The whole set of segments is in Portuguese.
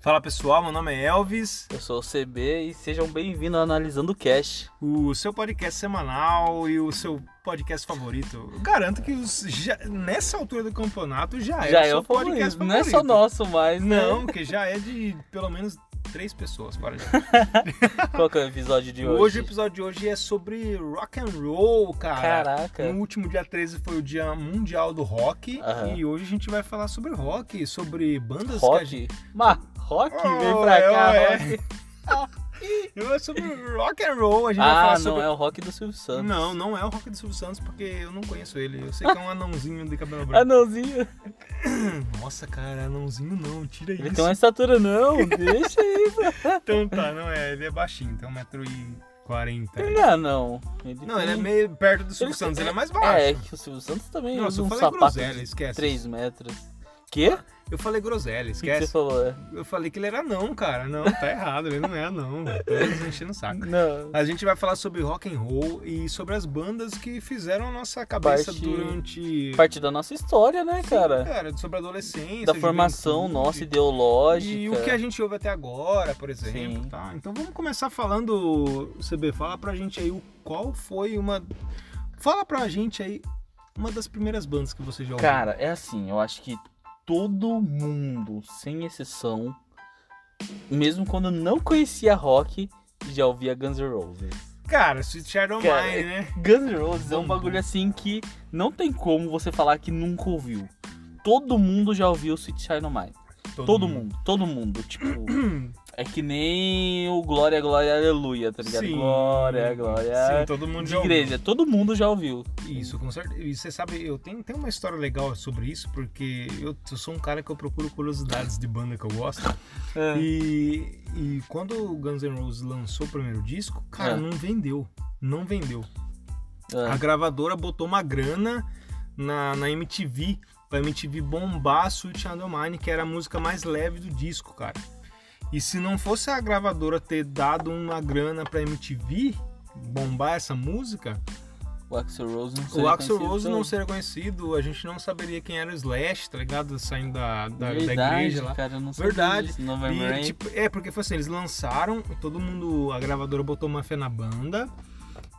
Fala pessoal, meu nome é Elvis, Eu sou o CB e sejam bem-vindos ao Analisando o Cash. o seu podcast semanal e o seu podcast favorito. Eu garanto que os- já- nessa altura do campeonato já, Já é o é seu o podcast favorito. favorito. Não é só nosso, mas né? Não, que já é de pelo menos três pessoas. Para de- Qual que é o episódio de hoje hoje? o episódio Ah, de hoje é sobre rock and roll, cara. Caraca. No último dia 13 foi o dia mundial do rock Aham. e hoje a gente vai falar sobre rock, sobre bandas que a gente... Rock? Mas rock? Vem Oh, pra é, cá, é. rock. Não, é sobre rock and roll, a gente vai Ah, falar não sobre é o rock do Silvio Santos. Não, não é o Rock do Silvio Santos, porque eu não conheço ele. Eu sei que é um anãozinho de cabelo Ah, branco. Anãozinho. Nossa, cara, anãozinho não, tira Ele isso. tem um uma estatura, não. Deixa isso. Então tá, não é, ele é baixinho, tem 1,40m. Ele não é, não. Ele Não, tem- ele é meio perto do Silvio Ele- Santos, ele é mais baixo. É, é que o Silvio Santos também Nossa, usa eu um falei sapato groselha, de esquece. 3 metros. Quê? O Eu falei groselha, que, que você esquece. falou? É. Eu falei que ele era não, cara. Não, tá errado, ele não é não. Todos enchendo o saco. Não. A gente vai falar sobre rock and roll e sobre as bandas que fizeram a nossa cabeça Parte- durante. Parte da nossa história, né, cara? Cara, sobre a adolescência. da formação juventude. nossa ideológica. E o que a gente ouve até agora, por exemplo, Sim. tá? Então vamos começar falando, CB, fala pra gente aí o qual foi uma... Fala pra gente aí uma das primeiras bandas que você já ouviu. Cara, é assim, eu acho que todo mundo, sem exceção, mesmo quando não conhecia rock, já ouvia Guns N' Roses. Cara, Sweet Shadow Cara, Mine, né? Guns N' Roses é um Bombou. bagulho assim que não tem como você falar que nunca ouviu. Todo mundo já ouviu Sweet Child O' Mine. Todo, mundo. todo mundo. Tipo, é que nem o Glória, Glória, Aleluia, tá ligado? Sim. Glória, Glória. Sim, todo mundo de já ouviu. igreja, todo mundo já ouviu. Isso, com certeza. E você sabe, eu tenho, tenho uma história legal sobre isso, porque eu, eu sou um cara que eu procuro curiosidades de banda que eu gosto. É. E, e quando o Guns N' Roses lançou o primeiro disco, cara, É. não vendeu. Não vendeu. É. A gravadora botou uma grana na, na MTV, pra MTV bombar Sweet Shadow Mine, que era a música mais leve do disco, cara. E se não fosse a gravadora ter dado uma grana pra MTV bombar essa música, O Axel Rose não o seria Axl conhecido Rose até não hoje. seria conhecido, a gente não saberia quem era o Slash, tá ligado? Saindo da, da, da Verdade, igreja lá. Cara, eu não Verdade. Disso, E, November Rain. tipo, é, porque foi assim, eles lançaram, todo mundo, a gravadora botou uma fé na banda,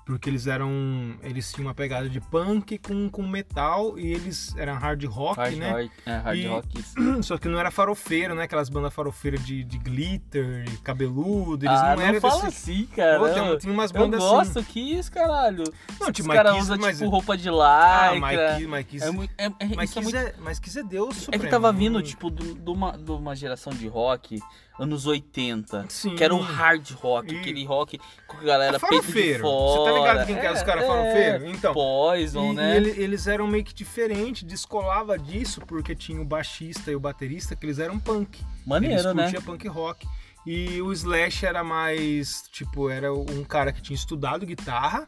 porque eles eram, eles tinham uma pegada de punk com, com metal, e eles eram hard rock, hard né? rock, é, hard E- rock. isso. Só que não era farofeiro, né? Aquelas bandas farofeiras de, de glitter, e cabeludo, eles ah, não não, eram fala desse... tipo. assim, cara. Pô, tem, um tem umas eu bandas assim. gosto que isso, caralho. Não, Os tipo, caras Mike Kiss, usam, mas- tipo, roupa de Ah, lycra. Mike, Mike, é, muito- é, é, Mas isso é quis muito... é, mas quis é Deus É supremo. que tava vindo, tipo, do- de uma, de uma geração de rock, anos 80. Sim. Que era o hard rock, E- aquele rock com a galera peito de farofeiro. Você fora. tá ligado quem que era os É, caras é, farofeiro? Então, Poison, e, né? e ele- eles eram meio que diferente, descolava disso, porque tinha o baixista e o baterista, que eles eram punk. eles Maneiro, né? curtiam punk rock. E o Slash era mais, tipo, era um cara que tinha estudado guitarra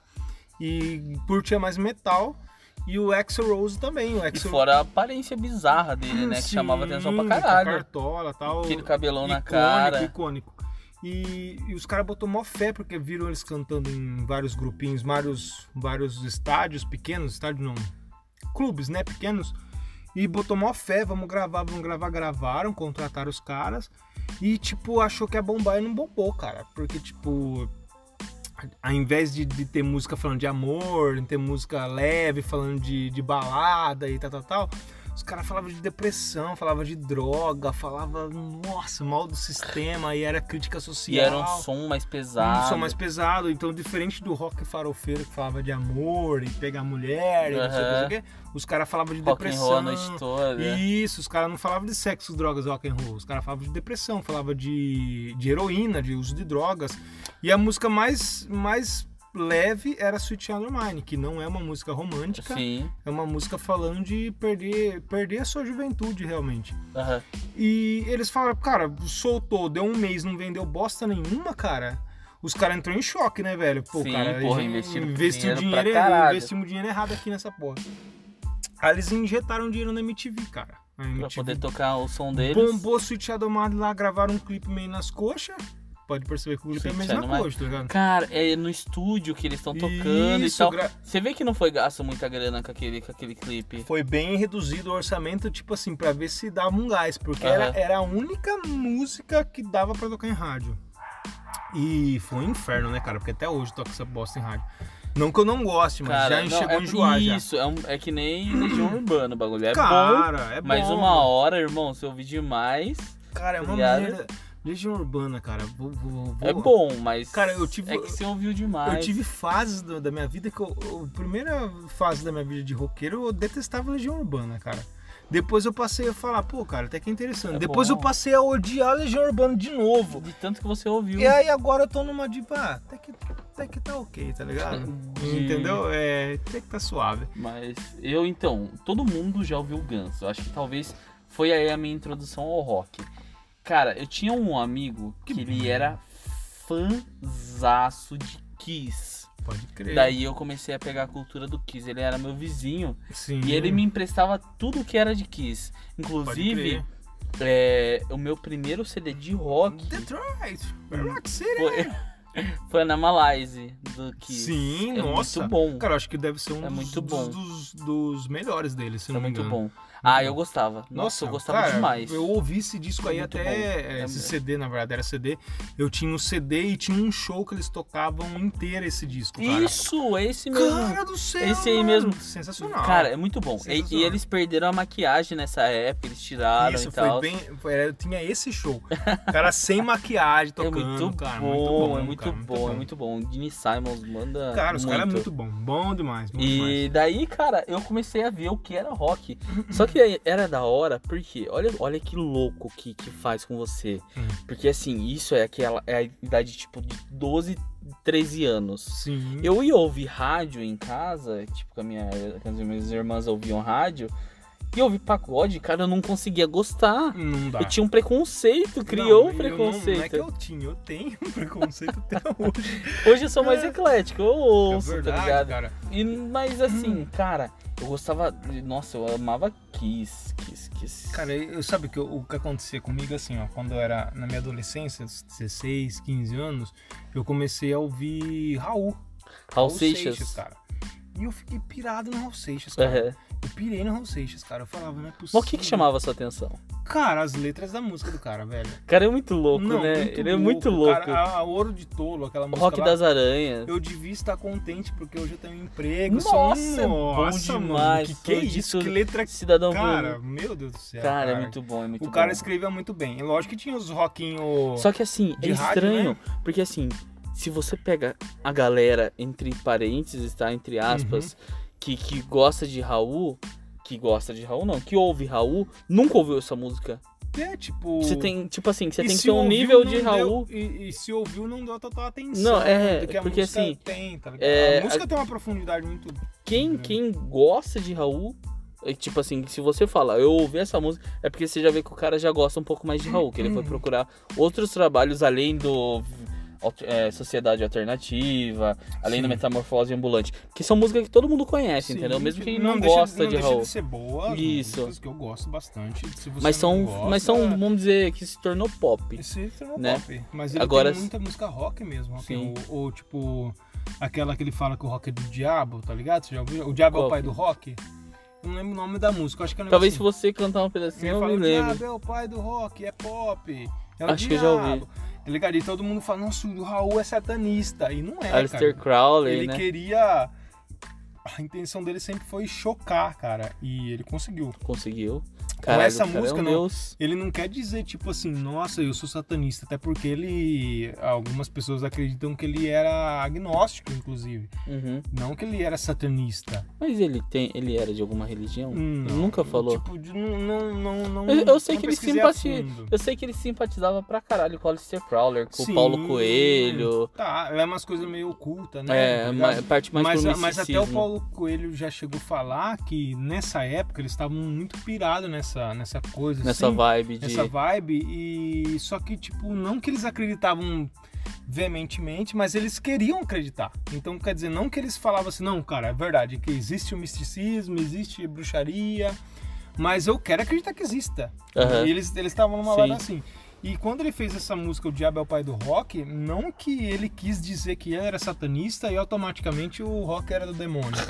e curtia mais metal. E o Axl Rose também, o E Axl Hum, fora a aparência bizarra dele, né? Que chamava atenção pra caralho. Cartola, tal. Aquele cabelão na Icônico, cara. icônico. E, e os caras botou mó fé, porque viram eles cantando em vários grupinhos, vários, vários estádios pequenos, estádio não, clubes, né, pequenos. E botou mó fé, vamos gravar, vamos gravar, gravaram, contrataram os caras. E, tipo, achou que ia bombar e não bombou, cara. Porque, tipo, ao invés de, de ter música falando de amor, de ter música leve, falando de, de balada e tal, tal, tal, os caras falavam de depressão, falavam de droga, falava, nossa, mal do sistema, e era crítica social. E era um som mais pesado. Um som mais pesado, então diferente do rock farofeiro que falava de amor e pegar mulher e não sei o que, não sei o que, os caras falavam de rock and roll depressão. é na história. Isso, os caras não falavam de sexo, drogas, rock and roll. Os caras falavam de depressão, falavam de, de heroína, de uso de drogas. E a música mais, mais leve era Sweet Child O' Mine, que não é uma música romântica, Sim. é uma música falando de perder, perder a sua juventude realmente. aham. E eles falaram, cara, soltou, deu um mês, não vendeu bosta nenhuma, cara. Os caras entrou em choque, né, velho? Pô, Sim, cara, porra, gente investiram investiu dinheiro pra dinheiro, caralho. investimos dinheiro errado aqui nessa porra. Aí eles injetaram dinheiro na MTV, cara. A Pra MTV poder tocar o som deles. bombou Sweet Shadow Mine lá, gravaram um clipe meio nas coxas. pode perceber que o Glee tem a Sweet mesma Child O' Mine. coisa, tá ligado? Cara, é no estúdio que eles estão tocando Isso, e tal. gra- Você vê que não foi gasto muita grana com aquele, com aquele clipe. Foi bem reduzido o orçamento, tipo assim, pra ver se dava um gás, porque era, Aham. era a única música que dava pra tocar em rádio. E foi um inferno, né, cara? Porque até hoje toca essa bosta em rádio. Não que eu não goste, mas Cara, já não, chegou é, a enjoar já. Isso, é, um- é que nem Legião Urbana o bagulho. É bom, Cara, é bom. mas uma hora, irmão, se eu ouvir demais, Cara, é uma Obrigado. merda. Legião Urbana, cara. Vou, vou- vou- é bom, mas Cara, eu tive- é que você ouviu Eu demais. tive fases do- da minha vida que eu, eu- A primeira fase da minha vida de roqueiro eu detestava Legião Urbana, cara. Depois eu passei a falar, pô, cara, até que é interessante. É Depois eu bom. passei a odiar Legião Urbana de novo. De tanto que você ouviu. E aí agora eu tô numa de, ah, até que, até que tá ok, tá ligado? De- Entendeu? É, até que tá suave. Mas eu então, todo mundo já ouviu Guns. Eu acho que talvez foi aí a minha introdução ao rock. Cara, eu tinha um amigo que, Que ele era fanzaço de Kiss. Pode crer. Daí eu comecei a pegar a cultura do Kiss. Ele era meu vizinho Sim. e ele me emprestava tudo que era de Kiss. Inclusive, crer. é, o meu primeiro CD de rock Detroit, Rock City. foi, foi Analyze do Kiss. Sim, é nossa. muito bom. Cara, eu acho que deve ser um É dos, muito dos- bom. dos- dos melhores dele, se é não me muito engano. Uhum. bom. Ah, eu gostava. Nossa, eu gostava cara, demais. Eu ouvi esse disco Foi aí muito até. bom. É Esse mesmo. CD, na verdade, era CD. Eu tinha um CD e tinha um show que eles tocavam inteiro esse disco, cara. Isso, é esse mesmo. Cara do céu! Esse aí mano. mesmo. Sensacional. Cara, é muito bom. E- E, Sensacional. eles perderam a maquiagem nessa época, eles tiraram isso e foi tal. bem. foi- era- tinha esse show. O cara sem maquiagem É tocando, muito, cara. bom, muito bom, é muito cara, bom, é muito bom. O Gene Simons manda. Cara, os muito. caras é muito bom. Bom demais, bom demais. E daí, cara, eu comecei a ver o que era rock. Só que aí era da hora, porque olha, olha que louco que, que faz com você. Hum. Porque assim, isso é aquela é a idade tipo de 12, 13 anos. Sim. Eu ia ouvir rádio em casa, tipo, com, a minha, com as minhas irmãs ouviam rádio, e eu ouvi pagode, cara, eu não conseguia gostar. Não dá. Eu tinha um preconceito, criou Tá. Não, um eu não- Não, é que preconceito. eu tinha, eu tenho um preconceito até hoje. Hoje eu sou mais Cara, eclético, eu ouço, é tá verdade, Hum. ligado? cara. E, mas assim, cara, eu gostava. Nossa, eu amava Kiss, Kiss, Kiss. Cara, eu sabe que o, o que acontecia comigo assim, ó, quando eu era na minha adolescência, uns 16, 15 anos, eu comecei a ouvir Raul, tá. Raul Seixas. cara. E eu fiquei pirado no Raul Seixas, cara. Aham. Eu pirei no Raul Seixas, cara. Eu falava, não é Mas possível. o que que chamava a sua atenção? Cara, as letras da música do cara, velho. O cara é muito louco, Não, né? muito Ele é muito louco. Cara, Ah, a, a Ouro de Tolo, aquela música Rock lá, das Aranhas. Eu devia estar contente porque hoje eu tenho um emprego. Nossa, é sou... bom Nossa mano, demais, Que, que é foi de isso? tudo. Que letra... Cidadão Cara, Bruno. meu Deus do céu. Cara, é muito bom, é muito O cara bom. escrevia muito bem. E Lógico que tinha os roquinhos. Só que assim, é de rádio, né? estranho, porque assim, se você pega a galera entre parênteses, tá? Entre aspas, Uhum. que, que gosta de Raul, que gosta de Raul, não, que ouve Raul, nunca ouviu essa música. É, tipo. Você tem, tipo assim, você e tem que se ter um ouviu, nível não de deu- Raul. E, e se ouviu, não deu total atenção. Não, é, do que a porque música assim, Tem, tá ligado? é, a música tem uma profundidade muito. Uhum. Quem, quem gosta de Raul. é Tipo assim, se você fala, eu ouvi essa música, é porque você já vê que o cara já gosta um pouco mais de Raul, que ele Uhum. foi procurar outros trabalhos além do alter- é, Sociedade Alternativa, além da Sim. Metamorfose Ambulante, que são músicas que todo mundo conhece, Sim, entendeu? Mesmo quem que não, deixa- gosta não de deixa Raul. ser boa. Isso. Músicas que eu gosto bastante. Se você mas são, não gosta, é, mas são, vamos dizer, que se tornou pop. né? Esse tornou né? pop. Mas ele Agora- tem muita música rock mesmo. rock, Sim. ou, ou, tipo, aquela que ele fala que o rock é do diabo, tá ligado? Você já ouviu? O diabo é Qual o pai que é? do rock? Eu não lembro o nome da música. eu Acho que é um Talvez se negócio você cantar um assim. pedacinho, Ele eu fala, me "O lembro. diabo é o pai do rock, é pop. É o Acho que eu já ouvi. diabo." Tá ligado? E todo mundo fala, nossa, o Raul é satanista. E não é, Alistair cara. Crowley, Ele né? queria... A intenção dele sempre foi chocar, cara. E ele conseguiu. Conseguiu. Caralho, essa o cara é música, um não. Deus. Ele não quer dizer, tipo assim, nossa, eu sou satanista, até porque ele. Algumas pessoas acreditam que ele era agnóstico, inclusive. Uhum. Não que ele era satanista. Mas ele tem, ele era de alguma religião? Não, Nunca falou. Tipo, de- não, não, não, não. Eu- eu sei não que ele pesquisei a simpati- fundo. Eu sei que ele simpatizava pra caralho com o Alistair Crowley, com Sim. o Paulo Coelho. Tá, é umas coisas meio ocultas, né? É, Tá ligado? ma- parte mais mas, pro mas, até o misticismo. Paulo Coelho já chegou a falar que nessa época eles estavam muito pirados nessa, nessa coisa. Nessa assim, vibe de. essa vibe e só que tipo não que eles acreditavam veementemente, mas eles queriam acreditar. Então quer dizer não que eles falavam assim, não, cara, é verdade que existe o misticismo, existe bruxaria, mas eu quero acreditar que exista. Aham. E eles eles estavam numa Sim. lado assim. E quando ele fez essa música, O Diabo é o Pai do Rock, não que ele quis dizer que ele era satanista e automaticamente o rock era do demônio.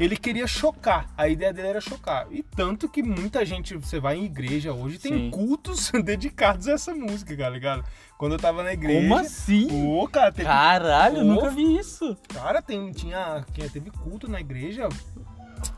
Ele queria chocar, a ideia dele era chocar. E tanto que muita gente, você vai em igreja hoje, tem Sim. cultos dedicados a essa música, tá ligado? Quando eu tava na igreja. Como assim? Ô, cara, teve Caralho, eu Ovo. nunca vi isso. Cara, tem, tinha, tinha, teve culto na igreja,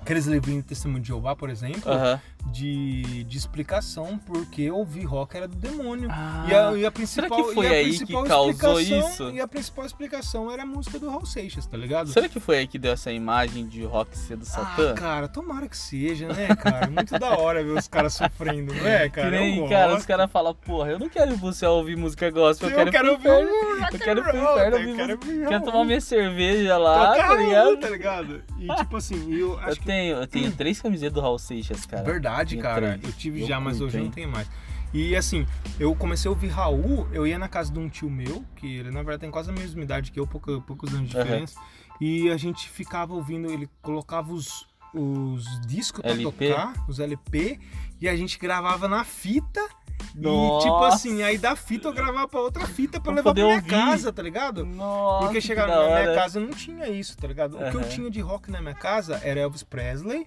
aqueles livrinhos de Testemunho de Jeová, por exemplo, Aham. de, de explicação porque ouvir rock era do demônio. Ah, e, a, e a principal, que foi e a aí que principal causou explicação- isso? E a principal explicação era a música do Raul Seixas, tá ligado? Será que foi aí que deu essa imagem de rock ser do Ah, Satã? cara, tomara que seja, né, cara? Muito da hora ver os caras sofrendo, não é, que cara? Eu nem, gosto. cara, os caras falam, porra, eu não quero você ouvir música gospel, eu eu, quero, quero ir pro ver inferno, o rock eu quero ir pro and roll, inferno né? ouvir quero ver quero o- tomar minha cerveja lá, tocar, tá ligado? tá ligado? E tipo assim, eu Eu acho que tenho, eu tenho três camisetas do Raul Seixas, cara. Verdade, tinha cara. três. Eu tive Eu já, mas curto, hoje hein? não tem mais. E assim, eu comecei a ouvir Raul, eu ia na casa de um tio meu, que ele na verdade tem quase a mesma idade que eu, pouca- poucos anos de Aham. diferença. E a gente ficava ouvindo, ele colocava os, os discos pra LP? tocar, os LP, e a gente gravava na fita. E Nossa. tipo assim, aí da fita eu gravava pra outra fita pra Pra levar pra poder minha ouvir. casa, tá ligado? Nossa, Porque que chegava da na minha hora. casa eu não tinha isso, tá ligado? O que eu Aham. tinha de rock na minha casa era Elvis Presley,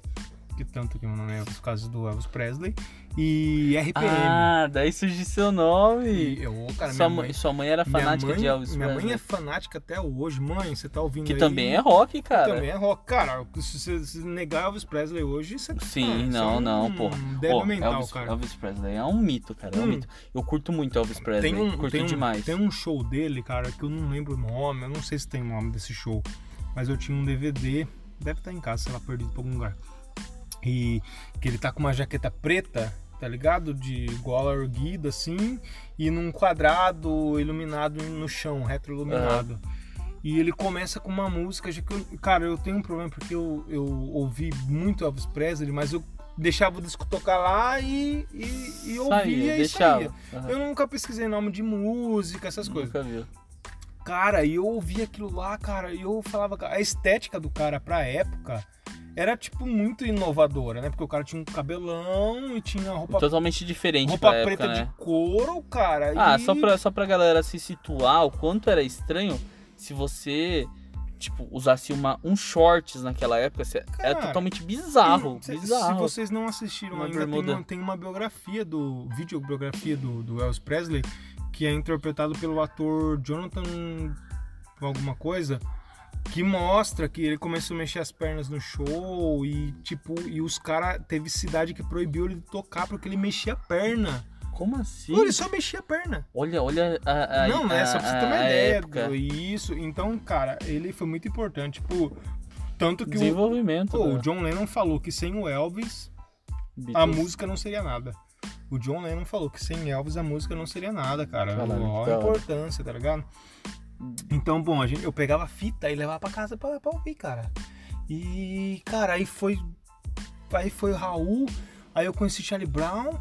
que tanto que meu nome é Elvis, por causa do Elvis Presley, e RPM. Ah, daí surgiu seu nome. e eu, ô, cara, sua, minha mãe, mãe, sua mãe era minha fanática mãe, de Elvis minha mãe Presley. é fanática até hoje. Mãe, você tá ouvindo Que aí? também é rock, Que cara. também é rock. Cara, se você se negar Elvis Presley hoje, você Sim, ah, você é não, um não, porra. débil Pô, mental, Elvis, cara. Elvis Presley é um mito, cara. É um Hum. mito. Eu curto muito Elvis Presley. Tem um, curto tem, um, demais. tem um show dele, cara, que eu não lembro o nome, eu não sei se tem o nome desse show, mas eu tinha um DVD, deve estar em casa, sei lá, perdido pra algum lugar. E que ele tá com uma jaqueta preta, tá ligado? De gola erguida, assim, e num quadrado iluminado no chão, retroiluminado. E ele começa com uma música, já que eu- cara, eu tenho um problema porque eu, eu ouvi muito Elvis Presley, mas eu deixava o disco tocar lá e, e, e ouvia e saía. Aham. Ah. Eu nunca pesquisei nome de música, essas coisas. Nunca viu. Cara, e eu ouvi aquilo lá, cara, e eu falava. cara, A estética do cara pra época era, tipo, muito inovadora, né? Porque o cara tinha um cabelão e tinha roupa, Totalmente diferente roupa pra preta época, né? de couro, cara. Ah, e- só pra, só pra galera se situar, o quanto era estranho se você, tipo, usasse uma, um shorts naquela época. se- Cara, era totalmente bizarro, É, Se, se bizarro. vocês não assistiram Uma ainda, tem bermuda. uma, tem uma biografia do. videobiografia do, do Elvis Presley, que é interpretado pelo ator Jonathan alguma coisa, que mostra que ele começou a mexer as pernas no show e tipo, e os caras teve cidade que proibiu ele de tocar porque ele mexia a perna. Como assim? Pô, ele só mexia a perna. Olha, olha a, a, não, né? a- Só pra você tá a- ter uma a ideia. época. do- Isso. Então, cara, ele foi muito importante, tipo, tanto que o, Desenvolvimento. né? pô, o tá da John Lennon falou que sem o Elvis a Beatles. música não seria nada. O John Lennon falou que sem Elvis a música não seria nada, cara. Caralho, Ó que a da hora. importância, tá ligado? Então, bom, a gente, eu pegava a fita e levava pra casa pra, pra ouvir, cara. E, cara, aí foi. Aí foi o Raul, aí eu conheci Charlie Brown,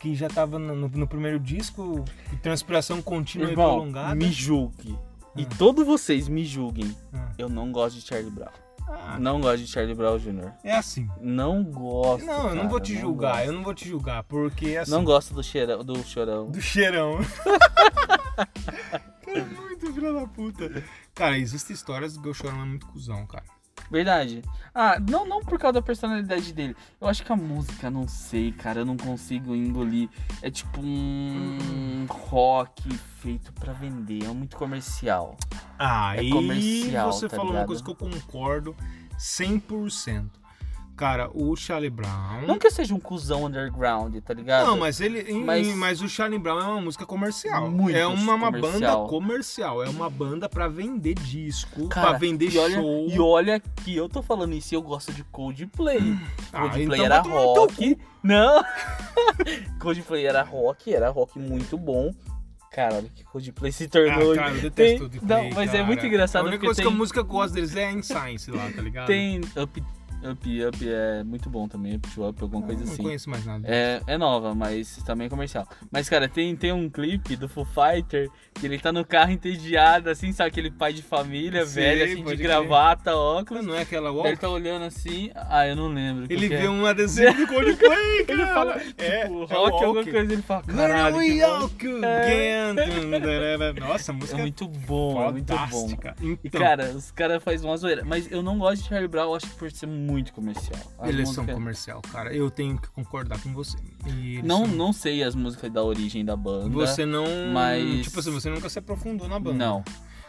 que já tava no, no- no primeiro disco, transpiração contínua e Irmão, prolongada. me julgue. E todos vocês me julguem. Ah. Eu não gosto de Charlie Brown. Ah, Não gosto de Charlie Brown Jr. é assim. Não gosto. Não, eu não cara, vou te julgar, gosto. eu não vou te julgar, porque é assim. Não gosto do, cheirão, do chorão. Do cheirão. cara, muito filho da puta. Cara, existem histórias que o chorão é muito cuzão, cara. Verdade. Ah, não, não por causa da personalidade dele. Eu acho que a música, não sei, cara, eu não consigo engolir. É tipo um rock feito pra vender, é muito comercial. Aí É comercial, você tá falou uma ligado? coisa que eu concordo 100%. Cara, o Charlie Brown. Não que eu seja um cuzão underground, tá ligado? Hum? Não, mas ele. em- em- Mas... Mas- o Charlie Brown é uma música comercial. Muito é uma, uma comercial. banda comercial. É uma banda pra vender disco, pra Cara, vender e olha, show. E olha que eu tô falando isso e eu gosto de Coldplay. Ah, Coldplay então era vai tomar no teu rock. Não! Coldplay era rock, era rock muito bom. Cara, olha que Coldplay se tornou. Ah, cara, eu detesto Tem- o Coldplay, não, mas é cara. muito engraçado A única porque coisa que tem- a música gosta deles é a Science lá, tá ligado? Tem up, Up Up é muito bom também, Up to Up, alguma coisa não assim. conheço mais nada. É, é nova, mas também é comercial. Mas, cara, tem, tem um clipe do Foo Fighter que ele tá no carro entediado, assim, sabe? Aquele pai de família, Sim, velho, assim, de pode gravata, óculos. Não é aquela Daí Ele Walk? tá olhando assim, ah, eu não lembro. o que Ele que vê é. um adesivo de Coldplay, Ele fala, cara. é, tipo, é rock, alguma Walk. coisa, ele fala, caralho, Caralho, que bom. Walk again. Nossa, a É música é muito bom, é muito bom. fantástica. E, Então, cara, os caras fazem uma zoeira. Mas eu não gosto de Charlie Brown, eu acho que por ser muito comercial. As eles são músicas- é um comercial, cara. Eu tenho que concordar com você. E eles Não, são- não sei as músicas da origem da banda. Você não. mas- Tipo assim, você nunca se aprofundou na banda. Não.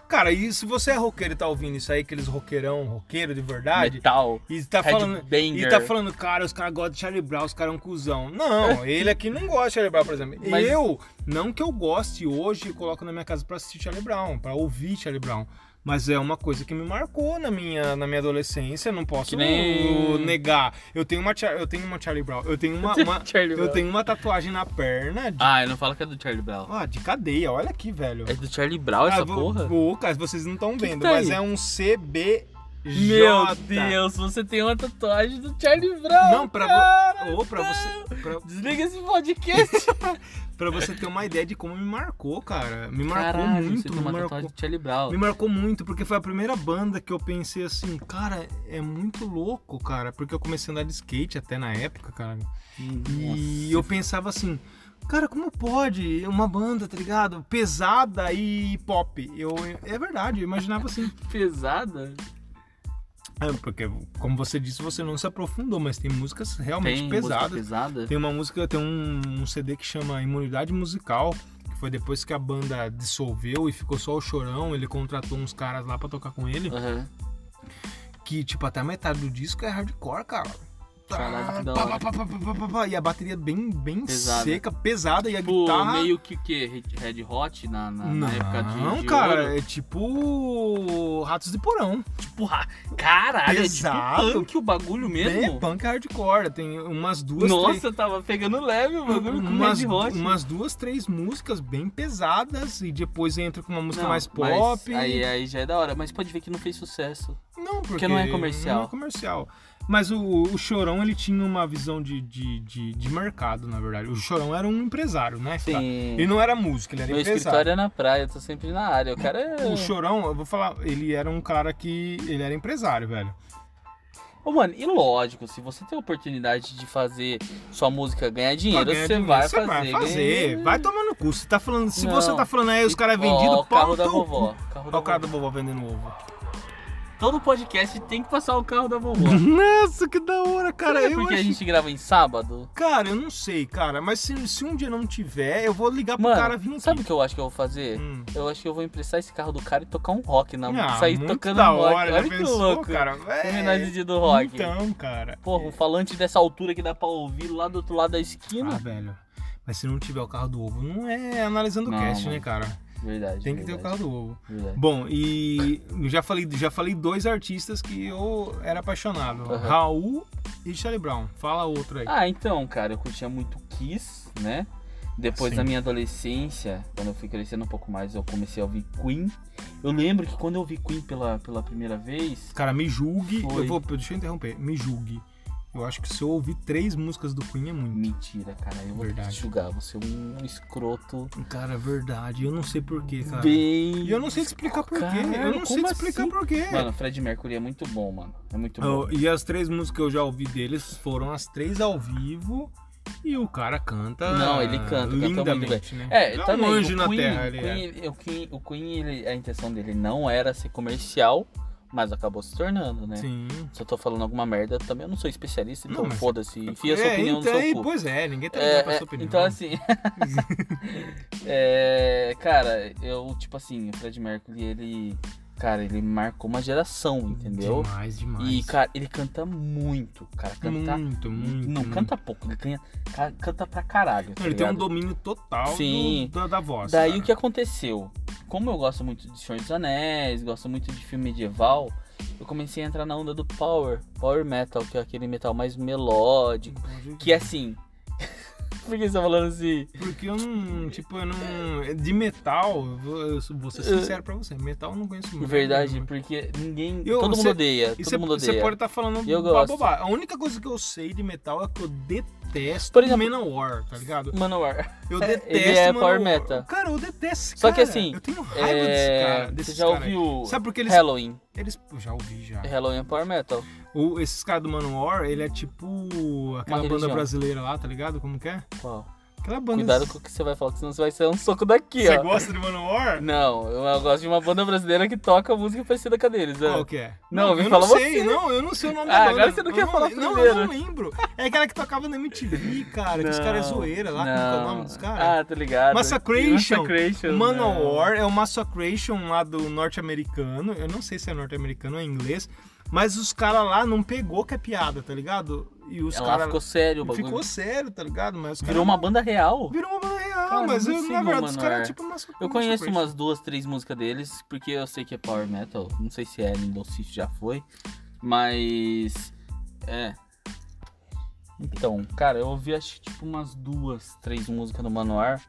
Cara, e se você é roqueiro e tá ouvindo isso aí, aqueles roqueirão, roqueiro de verdade, Metal. e tá falando. Headbanger. E tá falando, cara, os caras gostam de Charlie Brown, os caras é um cuzão. Não, ele aqui não gosta de Charlie Brown, por exemplo. Mas- Eu, não que eu goste hoje e coloco na minha casa pra assistir Charlie Brown, pra ouvir Charlie Brown. Mas é uma coisa que me marcou na minha, na minha adolescência, não posso Que nem- negar. Eu tenho uma, Cha- eu tenho uma Charlie Brown, eu tenho uma, uma- Charlie eu Brown. tenho uma tatuagem na perna de, Ah, eu não falo que é do Charlie Brown. ah, de cadeia, olha aqui, velho. É do Charlie Brown essa Ah, vou- porra? vou, cara, vocês não estão que vendo, tá mas aí? é um CBJ. Meu Deus, você tem uma tatuagem do Charlie Brown. Não, pra, cara. vo... Ô, pra você. Pra, Desliga esse podcast. pra você ter uma ideia de como me marcou, cara. Me marcou Caralho, você muito, tem me uma marcou. tatuagem do Charlie Brown. Me marcou muito, porque foi a primeira banda que eu pensei assim, cara, é muito louco, cara. Porque eu comecei a andar de skate até na época, cara. E eu pensava assim, cara, como pode uma banda, tá ligado? Pesada e pop. Eu, é verdade, eu imaginava assim. pesada? É, porque, como você disse, você não se aprofundou, mas tem músicas realmente Tem pesadas. música pesada? Tem uma música, tem um, um CD que chama Imunidade Musical, que foi depois que a banda dissolveu e ficou só o Chorão, ele contratou uns caras lá pra tocar com ele, Aham. que, tipo, até a metade do disco é hardcore, cara. Tá, Caralho, que da pá, hora. pá, pá, pá, pá, pá, pá, E a bateria é bem, bem né? Então, Pesada. seca, pesada, e a Tipo, guitarra... Ah, meio que o quê? Red- Red Hot na, na, na Não, época de. de cara, ouro? é tipo Ratos de Porão. Tipo, ra- caralho, é Pesado. tipo punk o bagulho É mesmo? punk hardcore, tem umas duas, três- Nossa, eu tava pegando leve o bagulho com umas, Red Hot. umas duas, três músicas bem pesadas e depois entra com uma música Não, mais mas pop. Aí, aí já é da hora, mas pode ver que não fez sucesso. Não, porque, não é comercial. não é comercial. Mas o, o Chorão, ele tinha uma visão de, de, de, de mercado, na verdade. O Chorão era um empresário, né? cara? Ele Sim. não era músico, ele era Meu empresário. escritório é na praia, eu tô sempre na área. O cara é. O Chorão, eu vou falar, ele era um cara que... Ele era empresário, velho. Ô, mano, e lógico, se você tem a oportunidade de fazer sua música ganhar dinheiro, Pra ganhar você dinheiro, vai você fazer. vai fazer. ganha- Vai tomar no cu. Você tá falando, se Não. você tá falando aí, os caras Ó, vendidos, o carro da vovó. Carro Olha da o cara da vovó. vovó vendendo ovo. Todo podcast tem que passar o carro da vovó. Nossa, que da hora, cara. Será eu porque achei... a gente grava em sábado? Cara, eu não sei, cara. Mas se, se um dia não tiver, eu vou ligar pro Mano, cara vir aqui. sabe o que eu acho que eu vou fazer? Hum. Eu acho que eu vou emprestar esse carro do cara e tocar um rock na Ah, Sair muito tocando da rock. hora, Olha já que pensou, louco. cara. É. Homenagem dia do rock. Então, cara. Porra, um falante dessa altura que dá pra ouvir lá do outro lado da Ah, esquina. velho. Mas se não tiver o carro do ovo, não é analisando o Não, cast, mano. né, cara? verdade. Tem que ter um o verdade, carro do ovo. Verdade. Bom, e eu já falei, já falei dois artistas que eu era apaixonado. Aham. Raul e Charlie Brown. Fala outro aí. Ah, então, cara, eu curtia muito Kiss, né? Depois Sim. da minha adolescência, quando eu fui crescendo um pouco mais, eu comecei a ouvir Queen. Eu lembro que quando eu ouvi Queen pela, pela primeira vez, Cara, me julgue. Foi. Eu vou, deixa eu interromper. Me julgue. Eu acho que se eu ouvir três músicas do Queen é muito. mentira, cara, eu vou ter que te Verdade. julgar, você é um escroto Cara, é verdade. Eu não sei porquê, cara. bem... E eu não sei te explicar porquê. Caralho, Eu não sei como te explicar assim? porquê. Mano, Fred Mercury é muito bom, mano, é muito bom. Oh, e as três músicas que eu já ouvi deles foram as três ao vivo. E o cara canta. Não, ele canta, canta muito lindamente, né? É, Ele também. um anjo o na Queen, terra. o Ele é. Queen, né? o Queen, o Queen, ele- a intenção dele não era ser comercial, mas acabou se tornando, né? Sim. Se eu tô falando alguma merda, também eu não sou especialista, então Não, mas- foda-se. Enfia a sua É, opinião então, no aí, seu cu. Pois é, ninguém tá ligado É, pra é, sua opinião. então assim. é, cara, eu, tipo assim, o Fred Mercury, ele. Cara, ele marcou uma geração, entendeu? Demais, demais. E, cara, ele canta muito. Cara, canta. muito, muito. não, muito. canta pouco, ele canta, ca- canta pra caralho. tá Ele tem um ligado? domínio total do- Sim. da, da voz. Daí cara. o que aconteceu? Como eu gosto muito de Senhor dos Anéis, gosto muito de filme medieval, eu comecei a entrar na onda do é Então, né? power, power metal, que é aquele metal mais melódico, que assim, é Por que você tá falando assim? Porque eu não. Tipo, eu não. De metal, eu vou, eu sou- vou ser sincero pra você. Metal eu não conheço muito. Verdade, porque ninguém. Hum. Eu- todo cê- mundo odeia. E Todo você mundo odeia. pode estar falando Eu ba- gosto. bobagem. A única coisa que eu sei de metal é que eu detesto Por exemplo- Manowar, tá ligado? Manowar. Eu É, detesto ele é Manowar. power metal. Cara, eu detesto esse Só cara. que assim, Eu tenho raiva desse É, cara. você desses já cara. ouviu Sabe porque eles. Halloween? eles eu já ouvi já. Halloween é Power Metal. O, esses caras do Manowar, ele é tipo aquela Uma banda religião. brasileira lá, tá ligado? Como que é? Qual? Aquela banda. Cuidado com o que você vai falar, que senão você vai ser um soco daqui, Você ó. gosta de Manowar? Não, eu, eu gosto de uma banda brasileira que toca música parecida com a deles. né? Qual que é? Não, me eu fala não sei, você. não, eu não sei o nome Ah, da banda. agora você não Eu quer falar lem- Não, eu primeiro. não lembro. É aquela que tocava na MTV, cara, que os Não, caras é zoeira lá, como que é o nome dos não. caras? Ah, tô ligado. Massacration. Massacration. não. Manowar é o Massacration lá do norte-americano. Eu não sei se é norte-americano ou é inglês, mas os caras lá não pegou que é piada, tá ligado? E os Ela caras É ficou sério o bagulho. ficou sério, tá ligado? Mas os cara- Virou uma banda real. virou uma banda real, Cara, mas não eu, sei na do verdade os caras Manowar. é tipo Massacration. Eu conheço umas duas, três músicas deles, porque eu sei que é Power Metal. Não sei se é Lindon City já foi, mas. É. Então, cara, eu ouvi acho que tipo umas duas, três músicas do Manoar.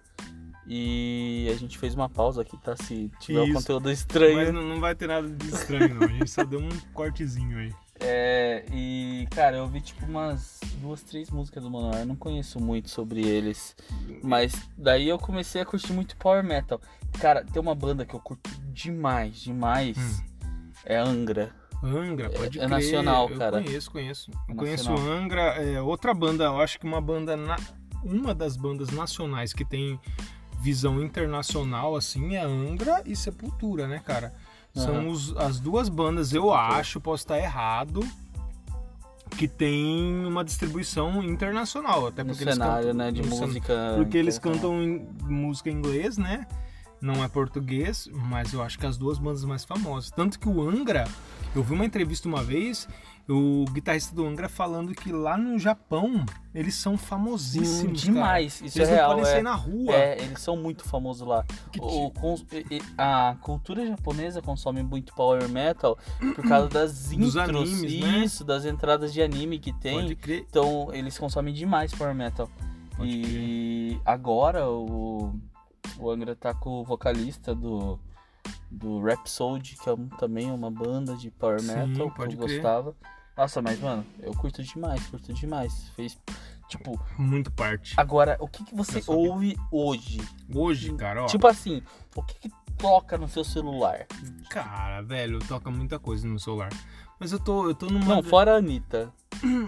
E a gente fez uma pausa aqui, tá? Se tiver um Isso. conteúdo Mas estranho. não, não vai ter nada de estranho, não. A gente só deu um cortezinho aí. É, e, cara, eu ouvi tipo umas duas, três músicas do Manoar. Não conheço muito sobre eles. Mas daí eu comecei a curtir muito Power Metal. Cara, tem uma banda que eu curto demais, demais. Hum. É Angra. Angra, pode é crer. nacional, eu cara. Conheço, conheço. Eu É conheço nacional. Angra, é, outra banda, eu acho que uma banda na- uma das bandas nacionais que tem visão internacional assim é Angra e Sepultura, né, cara? São Aham. os- as duas bandas, eu Sepultura. acho, posso estar errado, que tem uma distribuição internacional, até no É porque eles cenário, cantam, né? De no cen- música. porque eles internacional. cantam em música em inglês, né? Não é português, mas eu acho que as duas bandas mais famosas. Tanto que o Angra, eu vi uma entrevista uma vez, o guitarrista do Angra falando que lá no Japão eles são Hum, famosíssimos. demais. Isso Cara. Eles é não real. podem sair É. na rua. É, eles são muito famosos lá. Que tipo? O, ti- cons- e- e- a cultura japonesa consome muito power metal por causa das Dos intros, animes, né? isso, das entradas de anime que tem. Pode crer. Então eles consomem demais Power Metal. Pode e agora o, o Angra tá com o vocalista do, do Rhapsody, que é um- também uma banda de Power Sim, Metal que eu pode crer. gostava. Nossa, mas mano, eu curto demais, curto demais. Fez. Tipo, Muito parte. agora, o que, que você Eu sabia. ouve hoje? Hoje, cara, ó. Tipo assim, o que, que toca no seu celular? Cara, velho, toca muita coisa no celular. Mas eu tô, eu tô numa. Não, fora a Anitta.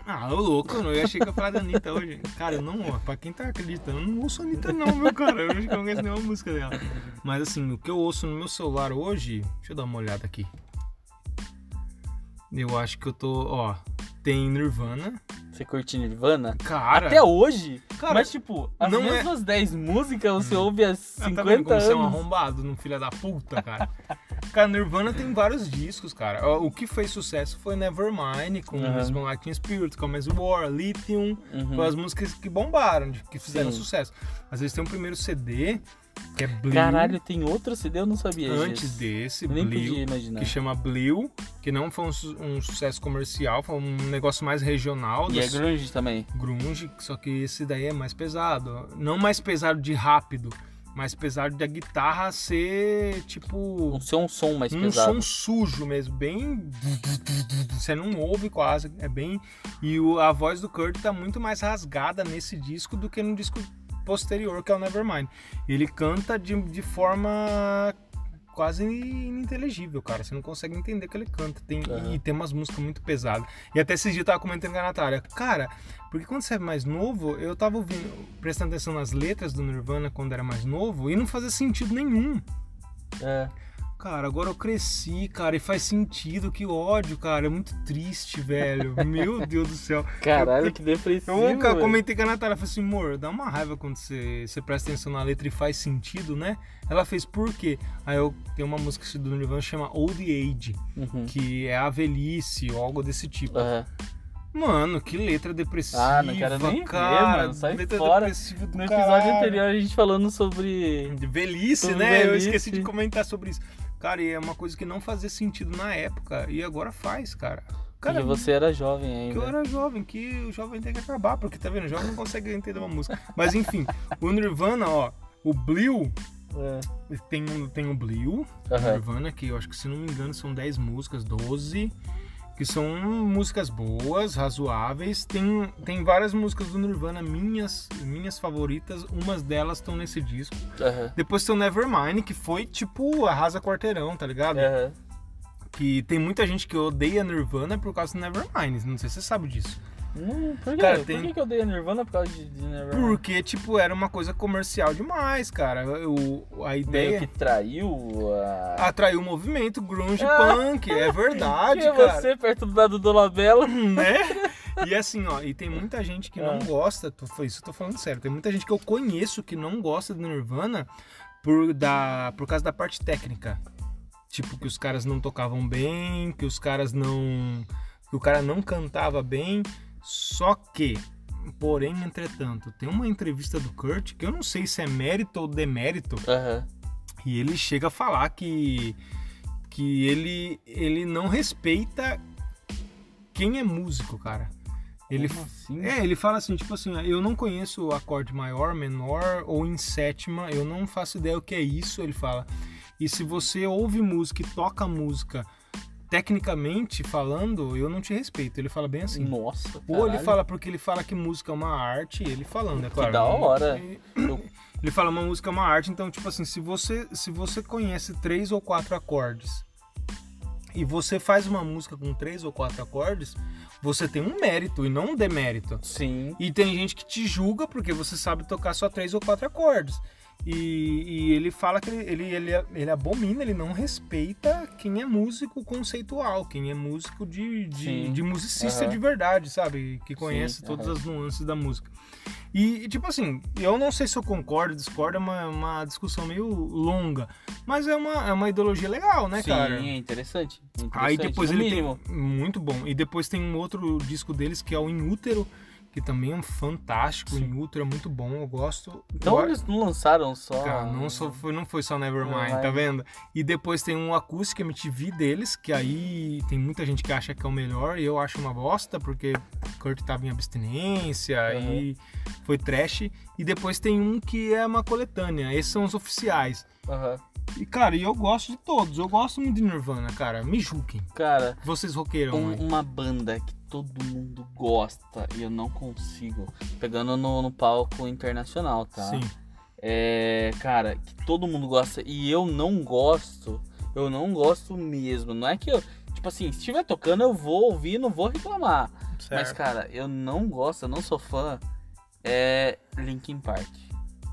Ah, ô louco, eu ia achei que ia falar da Anitta hoje. Cara, eu não, ó, pra quem tá acreditando, eu não ouço a Anitta não, meu cara. Eu acho que eu não conheço nenhuma música dela. Mas assim, o que eu ouço no meu celular hoje, deixa eu dar uma olhada aqui. Eu acho que eu tô, ó, tem Nirvana. Você curte Nirvana? Cara, Até hoje? cara, Mas, tipo, as não é- mesmas 10 músicas você ouve há ah, 50 tá vendo como anos. você é um arrombado, um filho da puta, cara. Cara, Nirvana tem vários discos, cara. Ó, O que fez sucesso foi Nevermind, com Aham. Smell Like Teen Spirit, com As War, Lithium. Uhum. Foi as músicas que bombaram, de- que fizeram Sim. sucesso. Às vezes tem um primeiro CD, que é Blue. Caralho, tem outro CD? Eu não sabia antes disso. desse, Eu nem né? podia Blue, imaginar. que chama Blue, que não foi um, su- um sucesso comercial, foi um negócio mais regional E é dos grunge também. grunge, só que esse daí é mais pesado. Não mais pesado de rápido, mas pesado da guitarra ser tipo Não ser um som mais um pesado. som sujo mesmo, bem. Você não ouve quase, é bem. E o- a voz do Kurt tá muito mais rasgada nesse disco do que no disco posterior, que é o Nevermind. Ele canta de, de forma quase ininteligível, cara. Você não consegue entender o que ele canta. Tem, Aham. E tem umas músicas muito pesadas. E até esses dias eu tava comentando com a Natália, cara, porque quando você é mais novo, eu tava ouvindo, prestando atenção nas letras do Nirvana quando era mais novo, e não fazia sentido nenhum. É. Cara, agora eu cresci, cara, e faz sentido, que ódio, cara, é muito triste, velho. Meu Deus do céu. Caralho, que depressivo. Eu nunca velho. comentei com a Natália, falei assim, amor, dá uma raiva quando você, você presta atenção na letra e faz sentido, né? Ela fez por quê? Aí eu tenho uma música do Nirvana que chama Old Age, Uhum. que é a velhice ou algo desse tipo. Aham. Mano, que letra depressiva, Ah, não quero nem ver, cara. mano, sai letra fora. depressiva do No episódio caralho. anterior a gente falando sobre. De velhice, Sobre né? Eu velhice. esqueci de comentar sobre isso. Cara, e é uma coisa que não fazia sentido na época e agora faz, cara. Porque você né? era jovem que ainda. eu era jovem, que o jovem tem que acabar, porque tá vendo? O jovem não consegue entender uma música. Mas enfim, o Nirvana, ó, o Blue, tem, um- tem o Blue, É. Aham. Nirvana, que eu acho que se não me engano são 10 músicas, 12, que são músicas boas, razoáveis. Tem, tem várias músicas do Nirvana, minhas, minhas favoritas, umas delas estão nesse disco. Aham. Depois tem o Nevermind, que foi tipo Arrasa Quarteirão, tá ligado? Aham. Que tem muita gente que odeia Nirvana por causa do Nevermind, não sei se você sabe disso. Hum, por quê? Cara, por tem- que que eu dei a Nirvana por causa de, de Nirvana? Porque, tipo, era uma coisa comercial demais, cara. O, a Meio ideia que traiu a... atraiu o movimento grunge Ah. punk, é verdade, Que é cara. você perturbado do Labela? Né? E assim, ó, e tem muita gente que não Ah. gosta, tô, foi isso que eu tô falando sério, tem muita gente que eu conheço que não gosta do Nirvana por, da, por causa da parte técnica. Tipo, que os caras não tocavam bem, que os caras não. que o cara não cantava bem. Só que, porém, entretanto, tem uma entrevista do Kurt que eu não sei se é mérito ou demérito, Aham. e ele chega a falar que, que ele, ele não respeita quem é músico, cara. Ele, Como assim? é, ele fala assim, tipo assim, eu não conheço o acorde maior, menor ou em sétima, eu não faço ideia o que é isso, ele fala. E se você ouve música e toca música, tecnicamente falando, eu não te respeito. Ele fala bem assim. Nossa, Ou ele caralho. fala porque ele fala que música é uma arte, ele falando, é claro. da hora. E- Eu- Ele fala uma música é uma arte, então tipo assim, se você se você conhece três ou quatro acordes e você faz uma música com três ou quatro acordes, você tem um mérito e não um demérito. Sim. E tem gente que te julga porque você sabe tocar só três ou quatro acordes. E, e ele fala que ele, ele, ele, ele abomina, ele não respeita quem é músico conceitual, quem é músico de, de, Sim. de musicista Aham. de verdade, sabe? Que conhece Sim, todas aham. as nuances da música. E, e, tipo assim, eu não sei se eu concordo, discordo, é uma, uma discussão meio longa, mas é uma, é uma ideologia legal, né, Sim, cara? é interessante. é interessante. Aí depois no ele mínimo. tem. Muito bom. E depois tem um outro disco deles que é o Inútero, que também é um fantástico. Sim. Inútero é muito bom, eu gosto. Então Eu- eles não lançaram só... Cara, não, só foi, não foi só Nevermind, Nevermind. tá vendo? E depois tem um acústico MTV deles, que aí tem muita gente que acha que é o melhor, e eu acho uma bosta, porque Kurt tava em abstinência Uhum. e foi trash. E depois tem um que é uma coletânea, esses são os oficiais. Aham. E, cara, e eu gosto de todos, eu gosto muito de Nirvana, cara, me julguem. Cara, Vocês roqueiram, Um- mãe. uma banda que todo mundo gosta e eu não consigo. Pegando no, no palco internacional, tá? Sim. É, cara, que todo mundo gosta e eu não gosto. Eu não gosto mesmo. Não é que eu. Tipo assim, se estiver tocando, eu vou ouvir, não vou reclamar. Mas, cara, eu não gosto, eu não sou fã. É Linkin Park.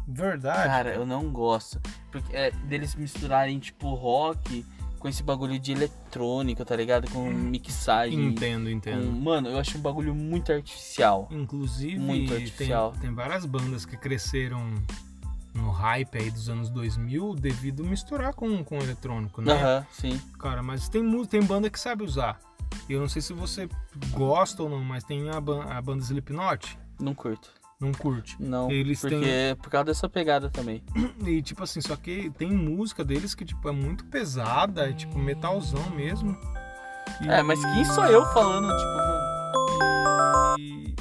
Verdade. Cara, eu não gosto. Porque é, deles misturarem, tipo, rock com esse bagulho de eletrônico, tá ligado? Com mixagem. Hum, entendo, entendo. Um- mano, eu acho um bagulho muito artificial. Inclusive, Muito tem, artificial. tem várias bandas que cresceram no hype aí dos anos 2000 devido a misturar com, com eletrônico, né? Aham, sim. Cara, mas tem, mu- tem banda que sabe usar. Eu não sei se você gosta ou não, mas tem a, ban- a banda Slipknot, Não curto. não curte. Não. Eles porque é por causa dessa pegada também. E tipo assim, só que tem música deles que tipo é muito pesada, é tipo metalzão mesmo. E- É, mas quem sou eu falando, tipo. e-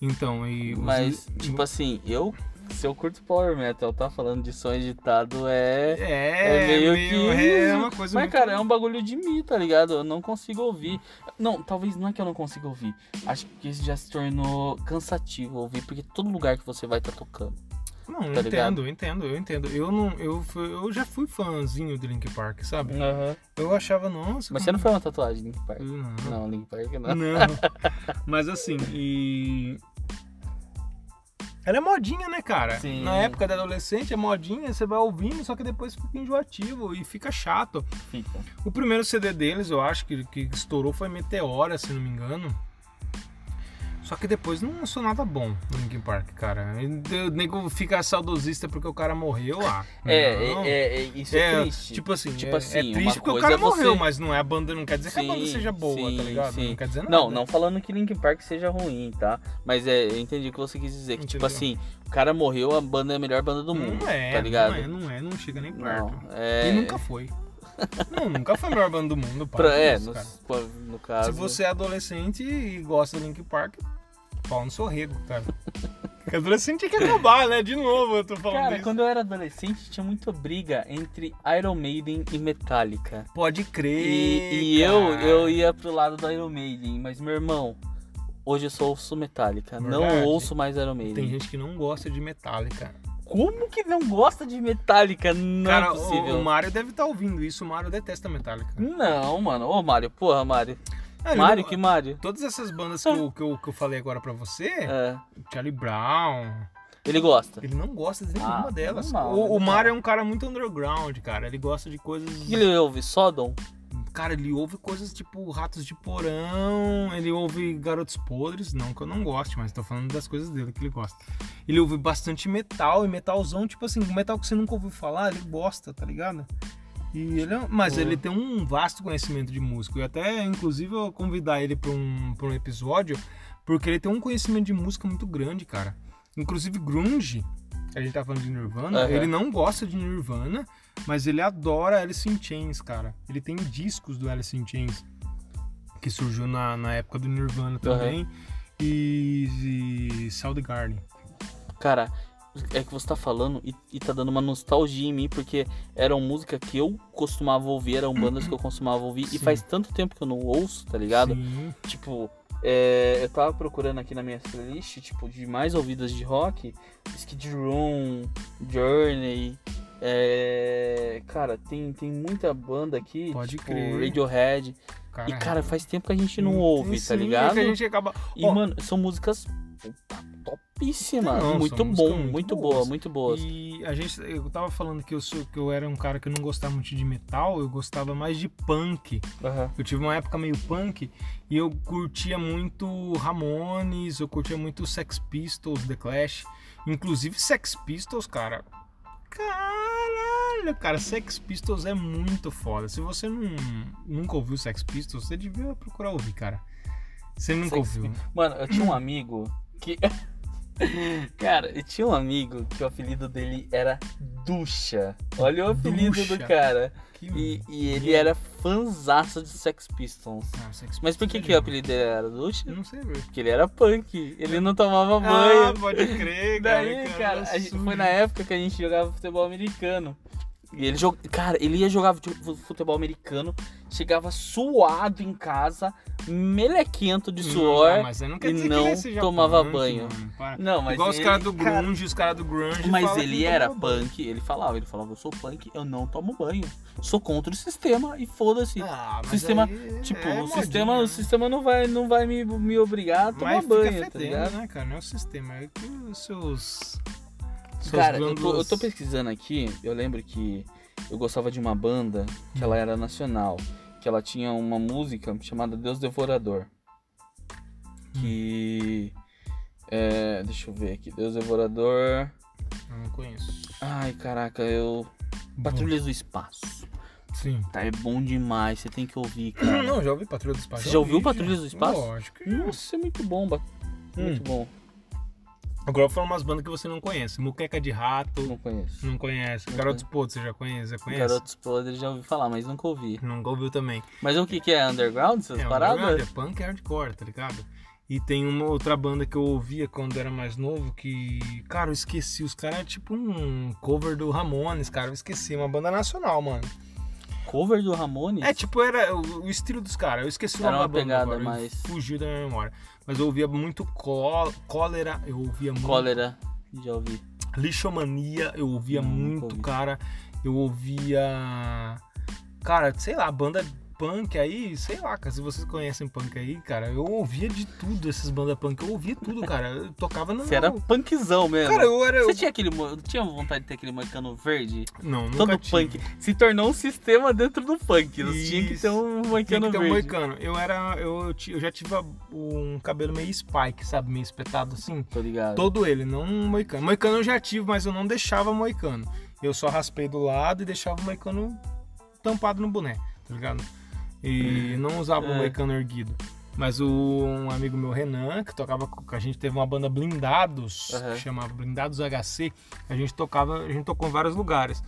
Então, e os- Mas, tipo assim, eu. Se eu curto power metal, tá falando de som editado é. É, é meio que- É uma coisa Mas, muito- cara, é um bagulho de mim, tá ligado? Eu não consigo ouvir. Não, talvez não é que eu não consiga ouvir. Acho que isso já se tornou cansativo ouvir, porque todo lugar que você vai tá tocando. Não, eu tá entendo, ligado? eu entendo, eu entendo. Eu, não, eu, fui- eu já fui fãzinho de Link Park, sabe? Eu achava, nossa... Mas você não foi uma tatuagem, Link Park? como- Não. Não, Link Park Não. não. Mas assim, e... Ela é modinha, né, cara? Sim. Na época da adolescente, é modinha, você vai ouvindo, só que depois fica enjoativo e fica chato. Fica. O primeiro CD deles, eu acho, que, que estourou foi Meteora, se não me engano. Só que depois não lançou nada bom no Linkin Park, cara. O nego fica saudosista porque o cara morreu, ah. É, não. é, é, é, isso é, É, triste. Tipo assim, Tipo é- assim, é, uma triste porque o coisa cara é morreu, você- mas não é a banda, não quer dizer que a banda Sim, seja boa, sim, tá ligado? sim. Não quer dizer nada. não, não falando que Linkin Park seja ruim, tá? Mas é, eu entendi o que você quis dizer. Que, tipo assim, Entendeu? o cara morreu, a banda é a melhor banda do mundo. Não é, tá ligado? não é, não é, não chega nem perto. Não, é... E nunca foi. Não, nunca foi a melhor banda do mundo, pá. Pra- é, Isso, no, cara. no caso. Se você é adolescente e gosta do Link Park, pau no sorrego, cara. Porque adolescente é que é bobar, né? De novo eu tô falando Cara, isso. quando eu era adolescente tinha muita briga entre Iron Maiden e Metallica. Pode crer. E, e eu, cara. eu ia pro lado do Iron Maiden, mas meu irmão, hoje eu só ouço Metallica, não Verdade. ouço mais Iron Tem Maiden. gente que não gosta de Metallica. Como que não gosta de Metallica? Não cara, é o- possível. o Mario deve estar ouvindo isso. O Mario detesta Metallica. Não, mano. Ô, Mário, porra, Mário. Ah, ele Mário, não- que Mário? Todas essas bandas que eu, que eu, que eu falei agora pra você, É, Charlie Brown, ele gosta. ele não gosta de Ah, nenhuma delas. normal, o o normal. Mario é um cara muito underground, cara. Ele gosta de coisas. O que ele ouve? Sodom? Cara, ele ouve coisas tipo Ratos de Porão, ele ouve Garotos Podres, não que eu não goste, mas tô falando das coisas dele que ele gosta. Ele ouve bastante metal, e metalzão, tipo assim, metal que você nunca ouviu falar, ele gosta, tá ligado? E ele é um- mas Boa. ele tem um vasto conhecimento de música, e até, inclusive, eu convidar ele pra um, pra um episódio, porque ele tem um conhecimento de música muito grande, cara. Inclusive, grunge, a gente tá falando de Nirvana, Aham. ele não gosta de Nirvana, mas ele adora Alice in Chains, cara. Ele tem discos do Alice in Chains, que surgiu na, na época do Nirvana também. E, e Soundgarden. Cara, é que você tá falando e, e tá dando uma nostalgia em mim, porque eram música que eu costumava ouvir, eram bandas que eu costumava ouvir, Sim. e faz tanto tempo que eu não ouço, tá ligado? Sim. Tipo, é, eu tava procurando aqui na minha playlist, tipo, de mais ouvidas de rock, Skid Room, Journey, é, cara, tem, tem muita banda aqui, Pode tipo, crer. Radiohead, Cara, e cara, faz tempo que a gente não tem- ouve, sim, tá é que ligado? a gente acaba... E, Ó, mano, são músicas puta, topíssimas. Não, muito são músicas bom, muito muito, boa, boas. muito boas. E a gente, eu tava falando que eu sou, que eu era um cara que não gostava muito de metal, eu gostava mais de punk. Aham. Eu tive uma época meio punk e eu curtia muito Ramones, eu curtia muito Sex Pistols, The Clash. Inclusive Sex Pistols, cara. Caralho, cara, Sex Pistols é muito foda. Se você não, nunca ouviu Sex Pistols, você devia procurar ouvir, cara. Você nunca Sex ouviu. Mano, eu tinha um amigo que. Cara, eu tinha um amigo que o apelido dele era Ducha. Olha o apelido Ducha. do cara. Que... E, e ele era fanzaço de Sex Pistols. Ah, Sex Mas por Pistols que, é que o demais. apelido dele era Ducha? Eu não sei, velho. Porque ele era punk. Ele não tomava Ah, banho. pode crer, cara. Daí, o cara, é a gente- sujo. foi na época que a gente jogava futebol americano. E ele jogava. Cara, ele ia jogar fute- fu- futebol americano, chegava suado em casa, melequento de Hum, Não, suor. mas aí não quer e dizer que não ele seja tomava punk, banho. mano, para. Não, mas. Igual os ele- caras do grunge, os caras do grunge. Mas falam que ele não era toma banho. punk, ele falava, ele falava, eu sou punk, eu não tomo banho. Sou contra o sistema e foda-se. Ah, mas Sistema- aí tipo, é o modinha, sistema, né? o sistema não vai, não vai me, me obrigar a tomar Mas banho, fica tá fedendo, ligado? né, cara? Não é o sistema, é que os seus... suas Cara, eu tô, glândulas- eu tô pesquisando aqui, eu lembro que eu gostava de uma banda que Hum. ela era nacional, que ela tinha uma música chamada Deus Devorador. Que. Hum. é, deixa eu ver aqui. Deus Devorador. Eu não conheço. Ai, caraca, eu. Patrulhas do Espaço. Bom, Sim. Tá, é bom demais, você tem que ouvir, cara. Não, já ouvi Patrulha do Espaço. Você já ouviu Patrulha do Espaço? Lógico. que já. Nossa, é muito bom, ba- Hum. muito bom. Agora eu vou falar umas bandas que você não conhece. Muqueca de Rato, Não conheço. não conhece. Não Garotos Podres, você já conhece? Já conhece? Garotos Podres já ouvi falar, mas nunca ouvi. Nunca ouviu também. Mas o que que é? Underground, essas É, paradas? underground, é punk é hardcore, tá ligado? E tem uma outra banda que eu ouvia quando era mais novo que, cara, eu esqueci. Os caras é tipo um cover do Ramones, cara. Eu esqueci. É Uma banda nacional, mano. Cover do Ramones? É tipo, era o o estilo dos caras. Eu esqueci o Era nome uma da banda pegada agora. mais- Fugiu da minha memória. Mas eu ouvia muito có- cólera. Eu ouvia muito. Cólera, já ouvi. Lixomania, eu ouvia Não, Hum, nunca muito, ouvi. cara. Eu ouvia. Cara, sei lá, banda punk aí, sei lá, cara. Se vocês conhecem punk aí, cara, eu ouvia de tudo essas bandas punk. Eu ouvia tudo, cara. Eu tocava no. Você era punkzão mesmo. Cara, eu era. eu- Você tinha aquele. mo- Tinha vontade de ter aquele moicano verde? Não, nunca Todo tive. punk. Se tornou um sistema dentro do punk. Não tinha que Isso. ter um Tinha moicano que ter um verde. moicano. Eu era. Eu, ti- eu já tive a- um cabelo meio spike, sabe? Meio espetado assim. Tô ligado. Todo ele, não um moicano. Moicano eu já tive, mas eu não deixava moicano. Eu só raspei do lado e deixava o moicano tampado no boné, tá ligado? E não usava o É. moicano erguido. Mas o, um amigo meu, Renan, que tocava com a gente, teve uma banda Blindados, Aham. que chamava Blindados HC, a gente tocava, a gente tocou em vários lugares.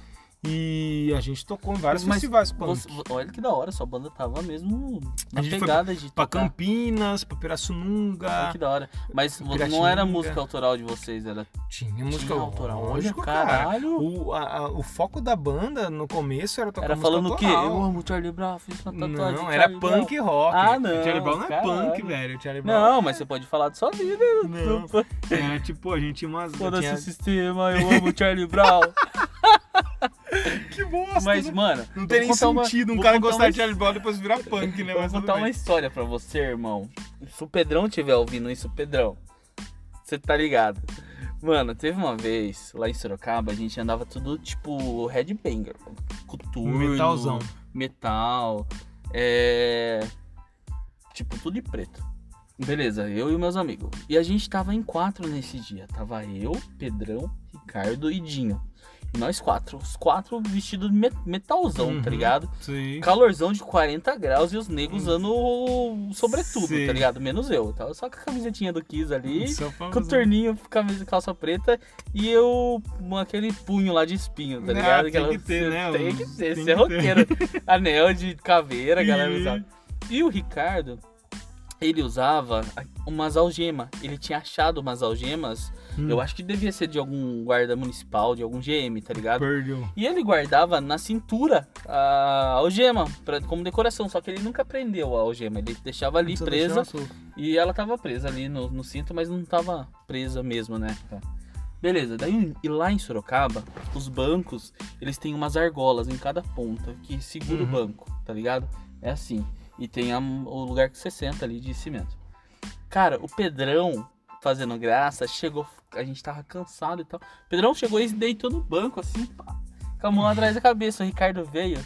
E a gente tocou em vários Mas festivais punk. Você- olha que da hora, sua banda tava mesmo na A gente foi pegada de Pra tocar. Campinas, pra Olha Pirassununga. é que da hora. Mas vo- não Piratininga. era música autoral de vocês, era Tinha música tinha autoral. Lógico, olha, cara. caralho. O, a- a- o foco da banda no começo era tocar Era música falando o quê? Eu autoral. amo Charlie Brown, fiz uma tatuagem. de Não, Charlie era punk e rock. Ah, não, O Charlie Brown não é caralho. punk, velho. O Charlie Brown. Brown. Não, mas você pode falar de sua vida. Não. Pô, Era tipo, a gente tinha umas. Foda-se tinha- o sistema, eu amo Charlie Brown. Que bosta! mas, né? mano, não eu tem vou nem contar uma- sentido um vou cara contar gostar uma de Charlie Brown depois virar punk, né? Eu Mas tudo vou contar bem. uma história pra você, irmão. Se o Pedrão estiver ouvindo isso, Pedrão, você tá ligado. Mano, teve uma vez lá em Sorocaba, a gente andava tudo tipo headbanger, Um coturno, metalzão. metal, é. Tipo, tudo de preto. Beleza, eu e meus amigos. E a gente tava em quatro nesse dia. Tava eu, Pedrão, Ricardo e Dinho. E nós quatro. Os quatro vestidos de me- metalzão, Uhum. tá ligado? Sim. Calorzão de 40 graus e os negros Hum. usando o sobretudo, Sim. tá ligado? Menos eu. Tava só com a camisetinha do Kiss ali, Só pra com o fazer- torninho, camisa calça preta e eu com aquele punho lá de espinho, tá Ah, ligado? tem que ter, né? Tem Os- que ter, tem você que ter. é roqueiro. Anel de caveira, a galera Ih. usava. E o Ricardo, ele usava umas algemas. Ele tinha achado umas algemas, Hum, eu acho que devia ser de algum guarda municipal, de algum GM, tá ligado? Perdeu. E ele guardava na cintura a algema pra, como decoração, só que ele nunca prendeu a algema, ele deixava ali Só presa deixar solto. e ela tava presa ali no, no cinto, mas não tava presa mesmo, né? Beleza, daí e lá em Sorocaba, os bancos, eles têm umas argolas em cada ponta que segura Uhum. o banco, tá ligado? É assim. E tem a- o lugar que você senta ali de cimento. Cara, o Pedrão, fazendo graça, chegou. A gente tava cansado e tal. O Pedrão chegou e deitou no banco, assim, pá, com a mão atrás da cabeça. O Ricardo veio,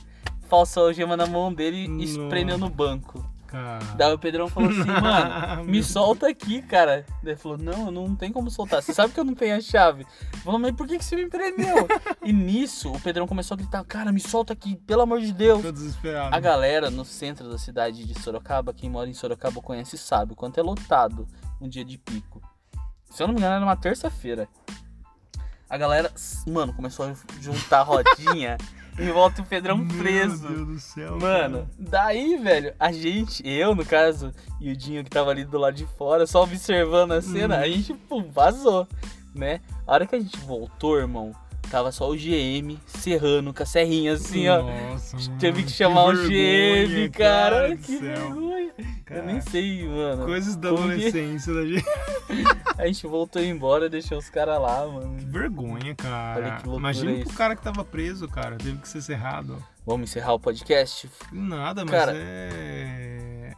falsou a gema na mão dele e Nossa. espremeu no banco. Cara. Daí o Pedrão falou assim, mano. Me Meu solta aqui, cara. Daí ele falou, não, não tem como soltar. Você sabe que eu não tenho a chave. Falou, mas por que, que você me prendeu? e nisso, o Pedrão começou a gritar, cara, me solta aqui, pelo amor de Deus. Tô desesperado. A galera no centro da cidade de Sorocaba, quem mora em Sorocaba conhece e sabe o quanto é lotado um dia de pico. Se eu não me engano, era uma terça-feira. A galera, mano, começou a juntar rodinha em volta do Pedrão é um preso. Meu Deus do céu. Mano, daí, velho, a gente, eu no caso, e o Dinho que tava ali do lado de fora, só observando a cena, Uhum. a gente, pum, vazou, né? A hora que a gente voltou, irmão, tava só o GM serrando com a serrinha assim, cara. ó. Nossa, mano, Teve que chamar o vergonha, GM, cara. do que céu. vergonha. Eu Cara, nem sei, mano. Coisas da Como que- adolescência da gente. A gente voltou embora, deixou os caras lá, Que mano. vergonha, Olha cara. que loucura Imagina isso. pro cara que tava preso, cara. Teve que ser cerrado. Vamos encerrar o podcast? Nada, mas Cara. é.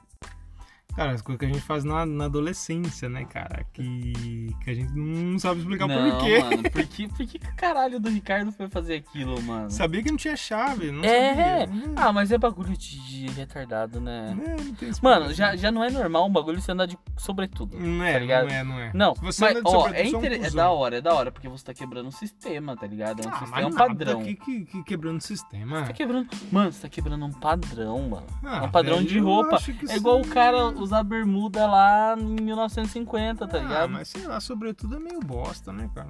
Cara, as coisas que a gente faz na, na adolescência, né, cara? Que, que a gente não sabe explicar não, por quê. mano. Por que, por que que o caralho do Ricardo foi fazer aquilo, mano? Sabia que não tinha chave, não É. sabia. Hum, Ah, mas é bagulho de, de retardado, né? né, não tem Mano, explicação. já, já não é normal um bagulho você andar de sobretudo. Não é, tá ligado? não é, não é. Não, Se mas, você anda de ó, sobretudo, é, você é um inter- é cuzão. da hora, é da hora, porque você tá quebrando o sistema, tá ligado? É um Ah, sistema, mas é um nada padrão. Que, que, que quebrando o sistema. Você tá quebrando. Mano, você tá quebrando um padrão, mano. Ah, é um padrão velho, de eu roupa. acho que É igual sim. o cara usar bermuda lá em 1950, tá Ah, ligado? Mas sei lá, sobretudo é meio bosta, né, cara?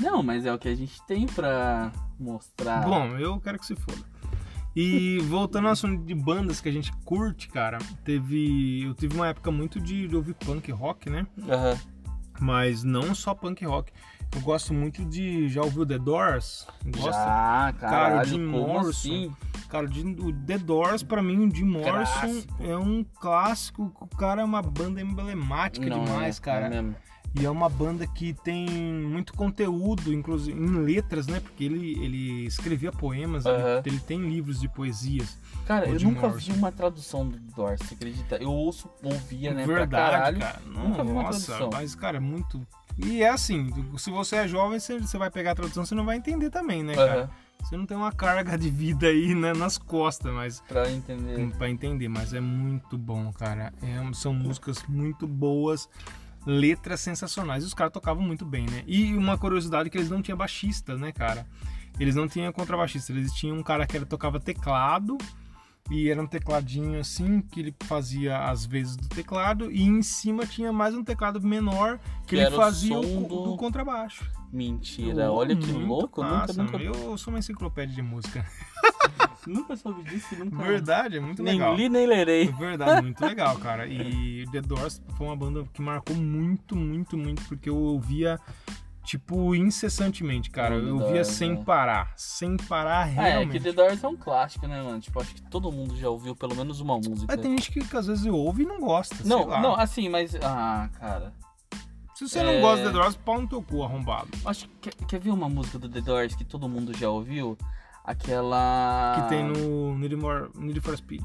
Não, mas é o que a gente tem pra mostrar. Bom, eu quero que se foda. E voltando ao assunto de bandas que a gente curte, cara, teve. Eu tive uma época muito de, de ouvir punk rock, né? Aham. Mas não só punk rock. Eu gosto muito de. Já ouviu The Doors? Gosta? Cara, Já, o caralho, Jim como Morrison. assim? Cara, o Jim- o The Doors, pra mim, o Jim Morrison Clássico. é um clássico. O cara é uma banda emblemática Não, demais, é, cara. É mesmo. E é uma banda que tem muito conteúdo, inclusive em letras, né? Porque ele, ele escrevia poemas, ele- Aham. ele, tem livros de poesias. Cara, Ou eu de nunca Morrison. vi uma tradução do Doors, você acredita? Eu ouço, ouvia, né, pra Verdade, caralho. cara. Nunca vi uma Nossa, tradução. mas, cara, é muito. E é assim, se você é jovem, você, você vai pegar a tradução, você não vai entender também, né, cara? Aham, Você não tem uma carga de vida aí né, nas costas, mas. pra entender. Hum, Pra entender, mas é muito bom, cara. É, são músicas muito boas, letras sensacionais. E os caras tocavam muito bem, né? E uma curiosidade é que eles não tinham baixista, né, cara? Eles não tinham contrabaixista, eles tinham um cara que era, tocava teclado E era um tecladinho assim, que ele fazia as vezes do teclado, e em cima tinha mais um teclado menor que, Que ele era o fazia o som co- do- do contrabaixo. Mentira, olha que Muito louco, nunca, massa, nunca, mano. Eu sou uma enciclopédia de música. nunca soube disso, nunca. Verdade, é muito nem legal. li nem lerei. Verdade, muito legal, cara. E The Doors foi uma banda que marcou muito, muito, muito, porque eu ouvia, tipo, incessantemente, cara. The Eu ouvia Doors, sem né? parar. Sem parar, Ah, é, que realmente. The Doors é um clássico, né, mano? Tipo, acho que todo mundo já ouviu pelo menos uma música. Mas tem gente que, que às vezes ouve e não gosta. sei Não, lá. não, assim, mas. Ah, cara. Se você não é- gosta de The Doors, pau no teu cu arrombado. Acho que. Quer, quer ver uma música do The Doors que todo mundo já ouviu? Aquela. Que tem no Need, More, Need for Speed.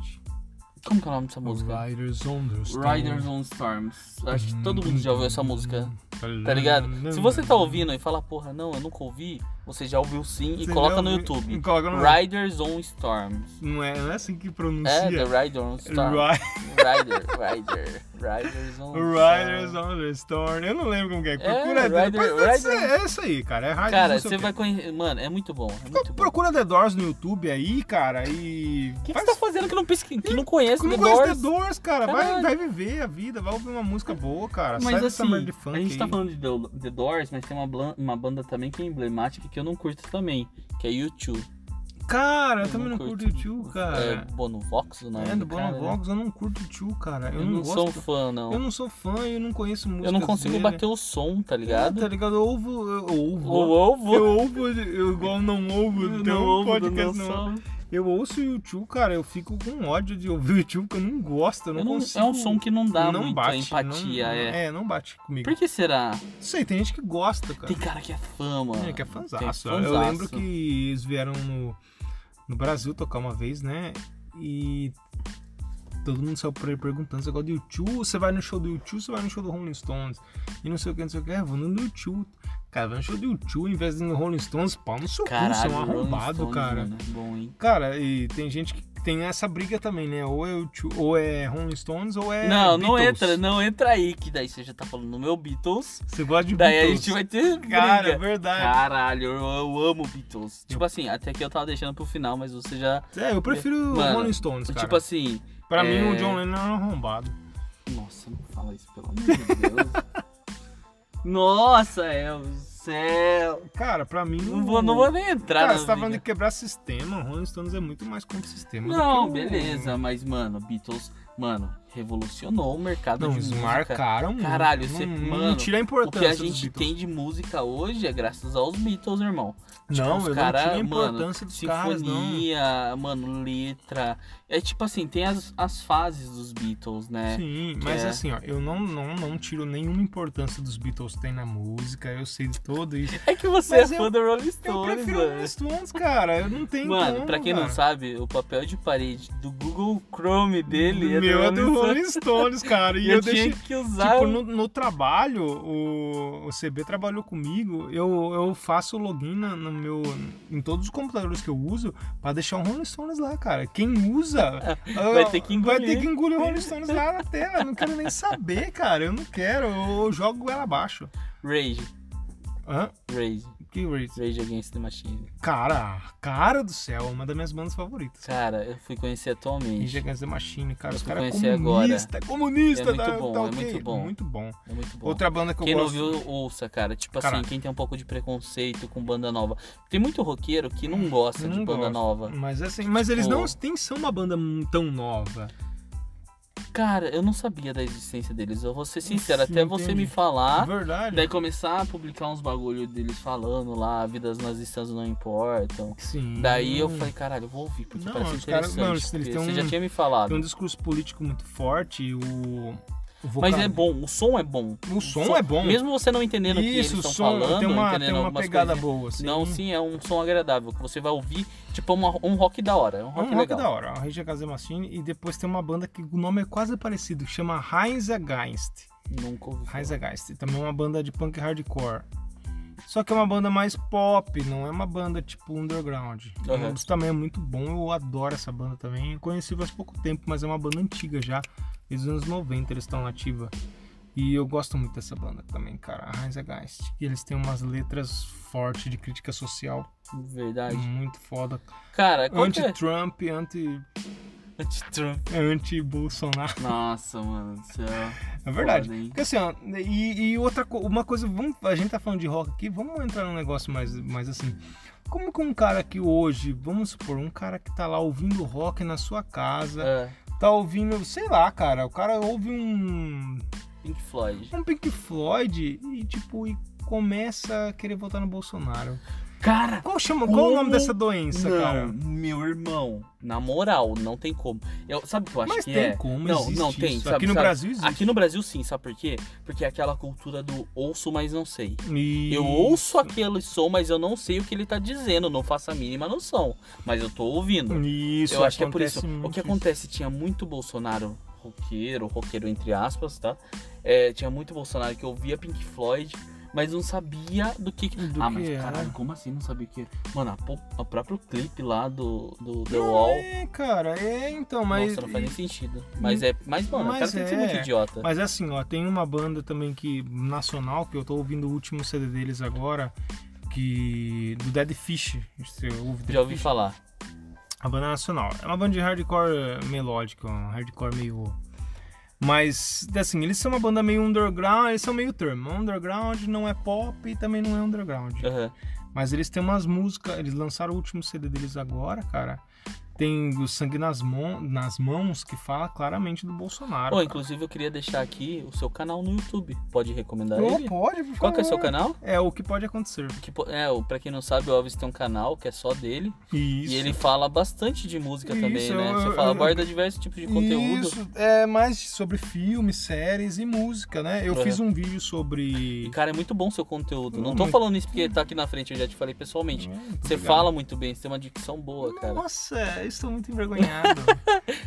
Como que é o nome dessa música? Riders on the Storm. Riders on Storms. Acho que todo mundo já ouviu essa música. Tá Tá ligado? Se você tá ouvindo e fala, porra, não, eu nunca ouvi, você já ouviu sim e Você coloca já no ouviu- YouTube. Coloca no Riders on Storms. Não é, não é assim que É, pronuncia. The Rider on Storm. Ri- Rider, Rider. Riders on Riders Storm. on the Storm. Eu não lembro como que é. É, Procura Rider- depois deve Rider- ser- É isso aí, cara. É Riders Cara, não sei você o quê. vai conhecer. Mano, é muito bom. É muito bom. Procura The Doors no YouTube aí, cara, e. O que, que você tá fazendo que não, pesqui... que não conhece Não The conhece The Doors? Doors, cara. Vai, Caralho. vai viver a vida, vai ouvir uma música boa, cara. Mas Sai dessa assim, merda de funk a gente tá aí. falando de The- The Doors, mas tem uma, blan- uma banda também que é emblemática que eu não curto também, que é YouTube. Cara, eu, também não não curto. curto o tio, É cara. Bonovox, o nome É, do cara, né? Bonovox, eu não curto o tio, cara. Eu, Eu, não, não sou gosto. fã, não. Eu não sou fã, eu não conheço música. Eu não consigo bater o som, tá ligado? Tá ligado? Eu ouvo. Eu ouvo. O ovo. Eu ouvo, eu igual não ouvo, não então ouvo do podcast meu não. som. Eu ouço o YouTube, cara, eu fico com ódio de ouvir o YouTube, porque eu não gosto, eu não, Eu não- consigo. é um som que não dá não muito bate, empatia, não- é. não bate comigo. Por que será? Não sei, tem gente que gosta, cara. Tem cara que é fã, mano. Tem gente que é fanzaço. Tem Eu lembro fanzaço. que eles vieram no, no Brasil tocar uma vez, né? E todo mundo saiu por aí perguntando, você gosta do YouTube? Você vai no show do YouTube? Você vai no show do Rolling Stones? E não sei o que, não sei o que. É, vou no YouTube. Cara, vai no show do YouTube em vez de no Rolling Stones, pau no seu cu, você é Caralho, um Rolling arrombado, Stones, cara. mano, é bom, hein? Cara, e tem gente que tem essa briga também, né? Ou é, o Tio- ou é Rolling Stones ou é. não, não Beatles. entra, não entra aí, que daí você já tá falando no meu Beatles. Você gosta de Daí Beatles. a gente vai ter briga. Cara, é verdade. Caralho, eu, eu amo Beatles. Tipo assim, até que eu tava deixando pro final, mas você já. É, eu prefiro Ah, Mano, Rolling Stones, cara. Tipo assim. pra é- mim, o John Lennon era um arrombado. Nossa, não fala isso, pelo amor de Deus. Nossa, é o céu. Cara, pra mim. Não o- vou, não vou nem entrar Cara, na você tá falando de briga. quebrar sistema. Rolling Stones é muito mais contra sistema. do Não, que o- beleza, mas mano, Beatles, mano, revolucionou o mercado Não, de eles música. marcaram. muito. Caralho, você- não, não mano, tira a O importância. que a dos gente Beatles. tem de música hoje é graças aos Beatles, irmão. Tipo, Não, os eu cara, não tiro a mano, importância dos caras, não. Sinfonia, mano, letra. É tipo assim, tem as, as fases dos Beatles, né? Sim, mas é- assim, ó, eu não, não, não tiro nenhuma importância dos Beatles tem na música, eu sei de tudo isso. É que você Mas é eu- fã do Rolling Eu Stones, prefiro um mano. Rolling Stones, cara, eu não tenho é. Mano, como, pra quem não cara. sabe, o papel de parede do Google Chrome dele é do Meu é Rolling do Stones. Rolling Stones, cara, e eu, eu, tinha deixei... que usar. Tipo, no, no trabalho, o, o CB trabalhou comigo, eu, eu faço login na- no meu, em todos os computadores que eu uso pra deixar um Rolling Stones lá, cara. Quem usa Vai ah, ter que vai engolir. ter que engolir o Rolling Stones lá na tela. Eu não quero nem saber, cara. Eu não quero. Eu, eu jogo ela abaixo. Rage, Hã? Rage, Que Razer? Rage Against the Machine. Cara, cara do céu, é uma das minhas bandas favoritas. Cara, eu fui conhecer Rage atualmente. Against the Machine, cara, Eu os fui caras conhecer comunista, comunista, É muito tá, bom, tá é ok? muito bom. Muito bom. É muito bom. Outra banda que eu Quem não gosto. viu, ouça, cara. Tipo assim, Cara. quem tem um pouco de preconceito com banda nova. Tem muito roqueiro que não gosta de Não banda gosto. nova. Mas assim, mas eles Tipo- não têm, são uma banda tão nova. Cara, eu não sabia da existência deles. Eu vou ser sincero, Sim, até você entendi. me falar. Verdade. Ah, Daí começar a publicar uns bagulho deles falando lá, vidas nazistas não importam. Sim. Daí eu falei, caralho, eu vou ouvir, porque Hum. Não, parece os caras- interessante. não, eles- eles porque têm você um- já tinha me falado. Tem um discurso político muito forte e o. o vocal- Mas é bom, o som é bom. O som é bom. Mesmo você não entendendo o que eles Isso, o estão som falando, tem uma, entendendo tem uma algumas pegada coisinhas. boa. Assim. Não, sim, é um som agradável, que você vai ouvir, tipo, uma- um rock da hora. É um É um rock rock legal. da hora, a Regia Casa Machine, e depois tem uma banda que o nome é quase parecido, que chama Heisengeist. Nunca ouvi falar. Heisengeist, também é uma banda de punk hardcore. Só que é uma banda mais pop, não é uma banda tipo underground. Aham. Isso também é muito bom, eu adoro essa banda também. Eu conheci faz pouco tempo, mas é uma banda antiga já. Desde os anos 90 eles estão ativa. E eu gosto muito dessa banda também, cara. A Heisengeist. E eles têm umas letras fortes de crítica social. Verdade. Muito foda. Cara, qual que é? Anti-Trump, anti. Anti-Trump. É anti-Bolsonaro. Nossa, mano do céu. É verdade. Foda, hein? Porque assim, ó, e, e outra co- uma coisa, vamos, a gente tá falando de rock aqui, vamos entrar num negócio mais, mais assim. Como que um cara que hoje, vamos supor, um cara que tá lá ouvindo rock na sua casa, É, tá ouvindo, sei lá, cara, o cara ouve um. Pink Floyd. um Pink Floyd e tipo, e começa a querer votar no Bolsonaro. Cara, Qual, chama, qual é o nome Como dessa doença, não, cara? meu irmão. Na moral, não tem como. Eu, sabe o que eu acho Mas que tem é? como, não, existe não tem. isso. sabe- Aqui no sabe? Brasil existe. Aqui no Brasil sim, sabe por quê? Porque é aquela cultura do ouço, mas não sei. E- Eu ouço aquele som, mas eu não sei o que ele tá dizendo, não faço a mínima noção. Mas eu tô ouvindo. Isso, eu acho que é por acontece isso. O muito que acontece? Tinha muito Bolsonaro roqueiro, roqueiro entre aspas, tá? É, tinha muito Bolsonaro que ouvia Pink Floyd, mas não sabia do que. que- Do ah, que mas era. caralho, como assim não sabia o que? Mano, a po- o próprio clipe lá do, do The Não, Wall. É, cara, é então, mas. Nossa, não faz nem sentido. Mas é. Mas, mano, Mas o cara tem que ser muito é. idiota. Mas é assim, ó, tem uma banda também que nacional que eu tô ouvindo o último CD deles agora, que do Dead Fish. Você ouve Dead Já ouvi Fish? falar. A banda nacional. É uma banda de hardcore eh, melódico, um hardcore meio mas assim, eles são uma banda meio underground, eles são meio termo. Underground não é pop e também não é underground. Aham. Mas eles têm umas músicas, eles lançaram o último CD deles agora, cara. Tem o Sangue nas, Mão- nas Mãos, que fala claramente do Bolsonaro. Pô, cara. inclusive eu queria deixar aqui o seu canal no YouTube. Pode recomendar Pô, ele? pode, por Qual que é o seu favor. canal? É o que pode acontecer. Que, po- é, o- pra quem não sabe, o Elvis tem um canal que é só dele. Isso. E ele fala bastante de música Isso, também, né? eu- Você eu- fala, eu- aborda diversos tipos de conteúdo. Isso, é mais sobre filmes, séries e música, né? Eu Uhum. fiz um vídeo E, sobre. cara, é muito bom o seu conteúdo. Não, Não, tô mas- falando isso porque tá aqui na frente, eu já te falei pessoalmente. Você fala muito bem, você tem uma dicção boa, cara. Hum, Nossa, é, eu estou muito envergonhado.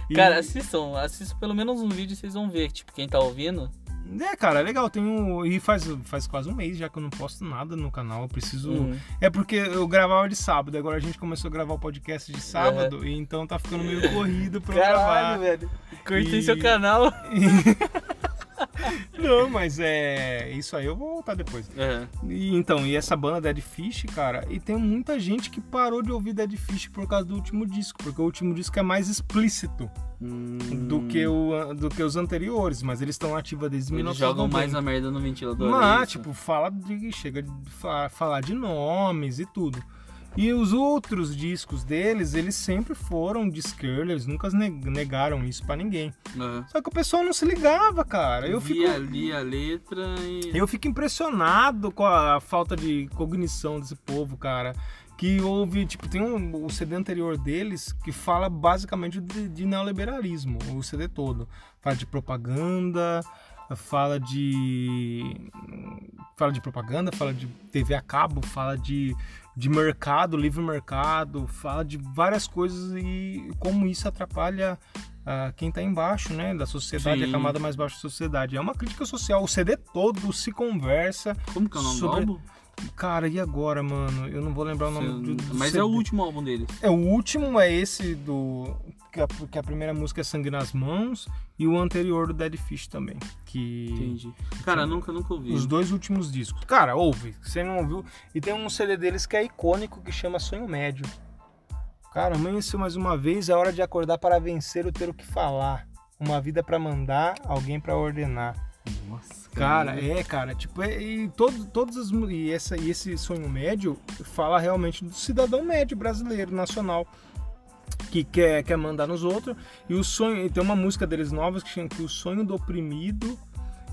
E- Cara, assistam, assistam pelo menos um vídeo e vocês vão ver. Tipo, quem tá ouvindo. É, cara, legal. Tem um... E faz, faz quase um mês já que eu não posto nada no canal. Eu preciso. Uhum. É porque eu gravava de sábado, agora a gente começou a gravar o podcast de sábado, e então tá ficando meio corrido pra eu Caralho, gravar. velho. Curtem E- seu canal. Não, mas é. Isso aí eu vou voltar depois. Aham. E, então, e essa banda Dead Fish, cara, e tem muita gente que parou de ouvir Dead Fish por causa do último disco, porque o último disco é mais explícito Hum. do, que o, do que os anteriores, mas eles estão ativos desde Eles 1990. jogam mais a merda no ventilador. é Mas, isso? tipo, fala de, chega de fa- falar de nomes e tudo. E os outros discos deles, eles sempre foram de Skirler, eles nunca ne- negaram isso pra ninguém. Aham. Só que o pessoal não se ligava, cara. Eu É. Vi fico, ali a letra e. eu fico impressionado com a falta de cognição desse povo, cara. Que houve, tipo, tem um, o CD anterior deles que fala basicamente de, de neoliberalismo, o CD todo. Fala de propaganda, fala de. Fala de propaganda, fala de TV a cabo, fala de, de mercado, livre mercado, fala de várias coisas e como isso atrapalha. ah, quem tá embaixo, né, da sociedade, Sim. a camada mais baixa da sociedade. É uma crítica social. O CD todo se conversa. Como que é o nome sobre- do álbum? Cara, e agora, mano? Eu não vou lembrar o nome Sei- do, do Mas CD. é o último álbum deles. É, o último é esse do. Que a, que a primeira música é Sangue nas Mãos e o anterior do Dead Fish também. Que. Entendi. Cara, nunca, nunca ouvi. Os dois últimos discos. Cara, ouve. Você não ouviu. E tem um CD deles que é icônico que chama Sonho Médio. Cara, amanheceu mais uma vez, é hora de acordar para vencer ou ter o que falar. Uma vida pra mandar, alguém pra ordenar. Nossa, Cara, Uhum. é, cara, tipo, é- e todo, todas as mu- e essa e esse sonho médio fala realmente do cidadão médio brasileiro nacional que quer, quer mandar nos outros e o sonho e tem uma música deles novas que chama que o sonho do oprimido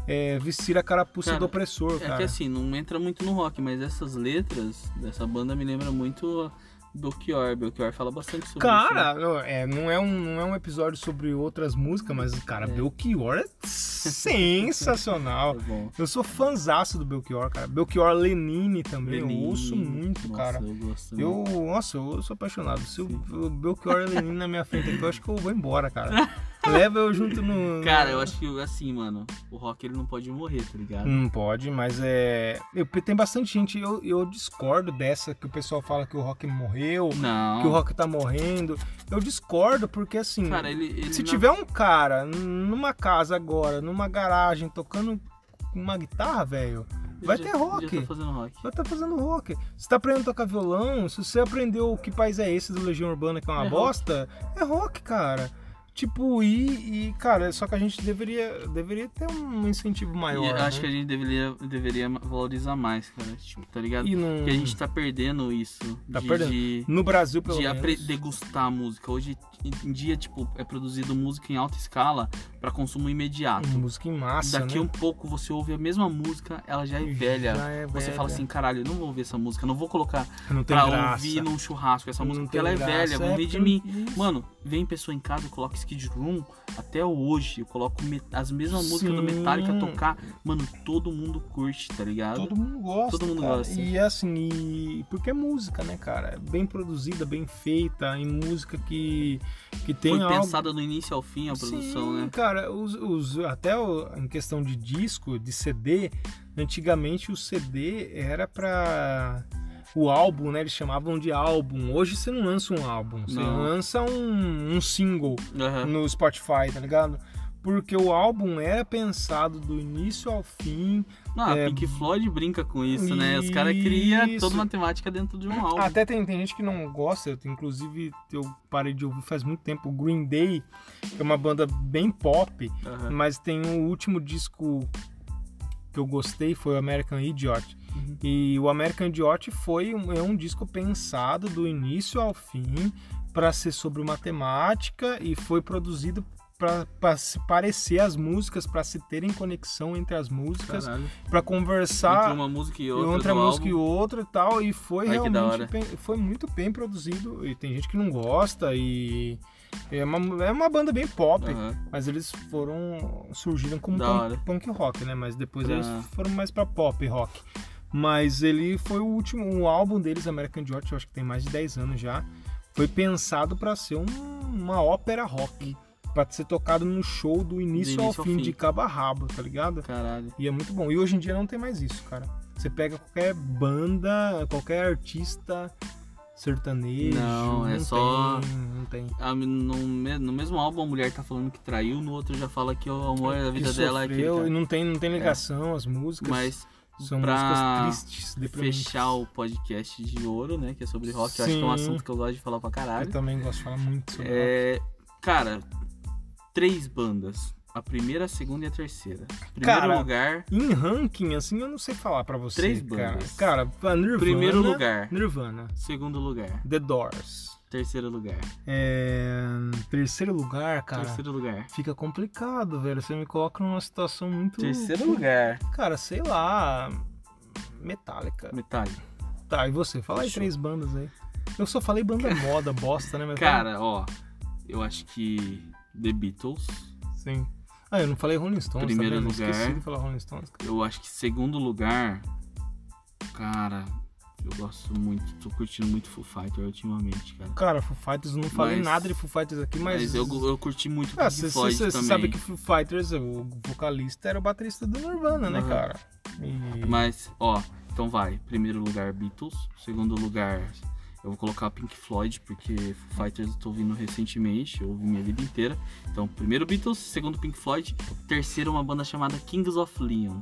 é vestir a carapuça Cara, do opressor, É que cara. assim, não entra muito no rock, mas essas letras dessa banda me lembra muito Belchior. Belchior fala bastante sobre né? Cara, não, é, não, é um, não é um episódio sobre outras músicas, mas, cara, É. Belchior é sensacional. isso. né? Tá bom. Eu sou fanzaço do Belchior, cara. Belchior Lenine também, eu ouço Lenine. muito, Nossa, cara. Eu gosto. também. Eu, nossa, eu sou apaixonado. Se o o Belchior Lenin na minha frente aqui, eu acho que eu vou embora, cara. Leva eu junto no. Cara, eu acho que assim, mano, o rock ele não pode morrer, tá ligado? Não pode, mas é. Eu, tem bastante gente, eu, eu discordo dessa que o pessoal fala que o rock morreu, Não. que o rock tá morrendo. Eu discordo porque assim. Cara, ele. ele se na- tiver um cara numa casa agora, numa garagem, tocando uma guitarra, velho, ele vai já- ter ele rock. Já tá fazendo rock. Vai tá fazendo rock. Você tá aprendendo a tocar violão, se você aprendeu que país é esse do Legião Urbana que é uma É rock. bosta, é rock, cara. tipo, ir e, cara, só que a gente deveria, deveria ter um incentivo maior. E eu acho que né? a gente deveria, deveria valorizar mais, cara. Tipo, tá ligado? E não- Porque a gente tá perdendo isso. Tá de, perdendo. De, No Brasil, pelo de menos. apre- degustar a música. Hoje em dia, tipo, é produzido música em alta escala pra consumo imediato. Música em Hum, massa. Daqui né? um pouco você ouve a mesma música, ela já é velha. Já é Você fala velha. assim, caralho, eu não vou ouvir essa música, não vou colocar não tem pra graça. ouvir num churrasco essa Não música, porque tem ela é graça. velha, vão É, rir de porque- mim. Mano, vem pessoa em casa, coloca Skid Room, até hoje eu coloco me- as mesmas músicas do Sim. Metallica tocar. Mano, todo mundo curte, tá ligado? Todo mundo gosta. Todo mundo cara. gosta. E assim, e- porque é música, né, cara? Bem produzida, bem feita, em música que, que tem Foi algo. pensada do início ao fim a produção, Sim, né? cara, os, os- até o- em questão de disco, de CD, antigamente o CD era pra. O álbum, né? Eles chamavam de álbum. Hoje você não lança um álbum, você Não. É. lança um, um single Aham. no Spotify, tá ligado? Porque o álbum era pensado do início ao fim, Ah, É, Pink Floyd brinca com isso, né? Os caras criam toda uma temática dentro de Ah, um álbum. Até tem, tem gente que não gosta, eu, inclusive eu parei de ouvir faz muito tempo o Green Day, que é uma banda bem pop, Aham. mas tem o último disco que eu gostei foi o American Idiot. Uhum. E o American Idiot foi um, é um disco pensado do início ao fim para ser sobre uma temática e foi produzido para se parecer as músicas, para se terem conexão entre as músicas, Caralho. para conversar Entre uma música Tá. e e outra. outra do música e álbum. outra e tal. E foi Ai, que da realmente hora. bem- foi muito bem produzido. E tem gente que não gosta e. É uma, é uma banda bem pop, Aham. mas eles foram. surgiram como Da punk, hora. punk rock, né? Mas depois Pra- eles foram mais pra pop rock. Mas ele foi o último. O álbum deles, American Idiot, eu acho que tem mais de 10 anos já. Foi pensado pra ser um- uma ópera rock. Pra ser tocado num show do início, ao, início ao fim, fim. de cabo a rabo, tá ligado? Caralho. E é muito bom. E hoje em dia não tem mais isso, cara. Você pega qualquer banda, qualquer artista sertanejo. Não, é só- Tem, não tem. Ah, No, me- no mesmo álbum a mulher tá falando que traiu, no outro já fala que o amor da vida que dela é aquele sofreu, cara. É. e não tem, não tem ligação, as músicas Mas são pra músicas tristes, deprimentes. fechar o podcast de ouro, né? Que é sobre rock. Eu acho que é um Sim. assunto que eu gosto de falar pra Eu caralho. também gosto de falar muito sobre rock. É, cara, três bandas. A primeira, a segunda e a terceira. Primeiro Cara, lugar. Em ranking, assim, eu não sei falar pra você. Três cara. bandas. Cara, pra Nirvana. Primeiro lugar. Nirvana. Segundo lugar. The Doors. Terceiro lugar. É, Terceiro lugar, cara. Terceiro lugar. Fica complicado, velho. Você me coloca numa situação muito. Terceiro lugar. Cara, sei lá. Metallica. Metallica. Tá, e você? Fala aí Fechou. três bandas aí. Eu só falei banda moda, bosta, né? Mas Cara, ó. Eu acho que The Beatles. fala- Sim. Ah, eu não falei Rolling Stones Primeiro também. né? lugar. Esqueci de falar Rolling Stones. cara. Eu acho que segundo lugar. Cara, eu gosto muito. Tô curtindo muito Foo Fighter ultimamente, cara. Cara, Foo Fighters, eu não falei Mas- nada de Foo Fighters aqui, mas... Mas, eu, eu curti muito Ah, Pink você Floyd também. sabe que Foo Fighters, o vocalista, era o baterista do Nirvana, né, Aham. cara? E... Mas, ó, então vai. Primeiro lugar, Beatles. Segundo lugar, eu vou colocar Pink Floyd, porque Foo Fighters eu tô ouvindo recentemente, eu ouvi minha vida inteira. Então, primeiro Beatles, segundo Pink Floyd, terceiro uma banda chamada Kings of Leon.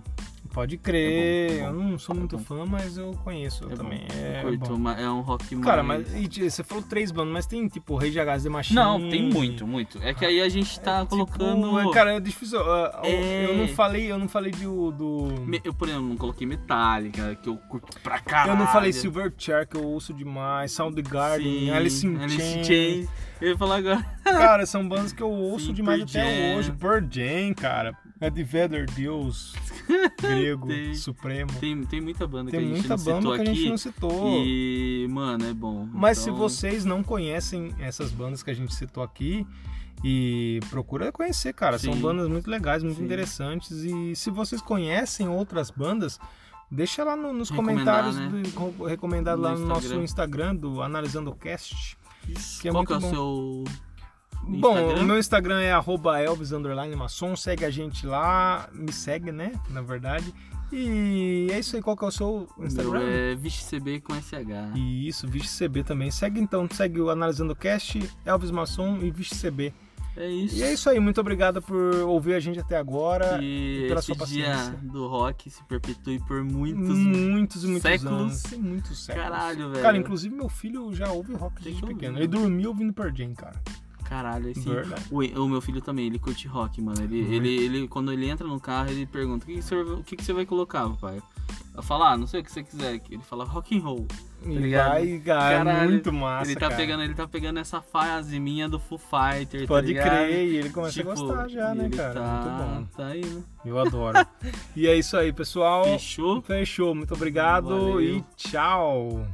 Pode crer, É bom, é bom. eu não sou É muito bom. fã, mas eu conheço bom, também. eu é curto, bom. ma- é um rock mais... Cara, mas e, t- você falou três bandas, mas tem tipo Rage Against the Machine. Não, tem muito, muito. É que aí a gente tá Tipo, colocando... é, Cara, é difícil. ah, eu- É. Eu não falei, eu não falei de, o- do. Me- eu, por exemplo, não coloquei Metallica, que eu curto pra caralho. Eu não falei Silverchair, que eu ouço demais, Soundgarden, Sim, Alice in Alice in Chains. Chains. Eu ia falar agora. Cara, são bandas que eu ouço Sim, demais Pearl até Jam. hoje. Pearl Jam, cara. Vedder, Deus, grego, Tem. supremo. Tem, tem muita banda Tem que a gente muita não citou banda que a aqui. gente não citou. E, mano, é bom. Mas Então, se vocês não conhecem essas bandas que a gente citou aqui, e procura conhecer, cara. São Sim. bandas muito legais, muito Sim. interessantes. E se vocês conhecem outras bandas, deixa lá no- nos Recomendar, comentários né? do- com- recomendado No lá no nosso Instagram. Instagram do Analisando o Cast. que é Qual muito que é o bom. seu. Bom, Instagram? o meu Instagram é arroba Elvis underline Maçom, segue a gente lá, me segue, né? Na verdade. E é isso aí, qual que é o seu Instagram? Meu é VixCB com SH. E isso, Vixe CB também. Segue então, segue o Analisando Cast, Elvis Maçom e Vixe CB. É isso. E é isso aí, muito obrigado por ouvir a gente até agora. Que e pela esse sua dia paciência. Hum. do rock se perpetue por muitos. Muitos e muitos séculos. anos. Tem Muitos séculos. Caralho, velho. Cara, inclusive meu filho já ouve rock Tem desde que ouvir, Tá pequeno. né? Ele dormiu ouvindo Pearl Jam, cara. caralho. Esse... Verdade. O, o meu filho também, ele curte rock, mano. Ele, Muito. ele, ele, quando ele entra no carro, ele pergunta: o que, que você, o que, que você vai colocar, papai? Eu falo, ah, não sei o que você quiser. Ele fala rock and roll. Ele ligado? vai, cara, é Caralho, muito massa. ele, tá cara. pegando, ele tá pegando essa fase minha do Foo Fighter. tá Pode ligado? crer, e ele começa Tipo, a gostar já, né, ele cara? Tá, Muito bom. tá aí, né? Eu adoro. e é isso aí, pessoal. Fechou? Fechou. Muito obrigado Valeu. e tchau.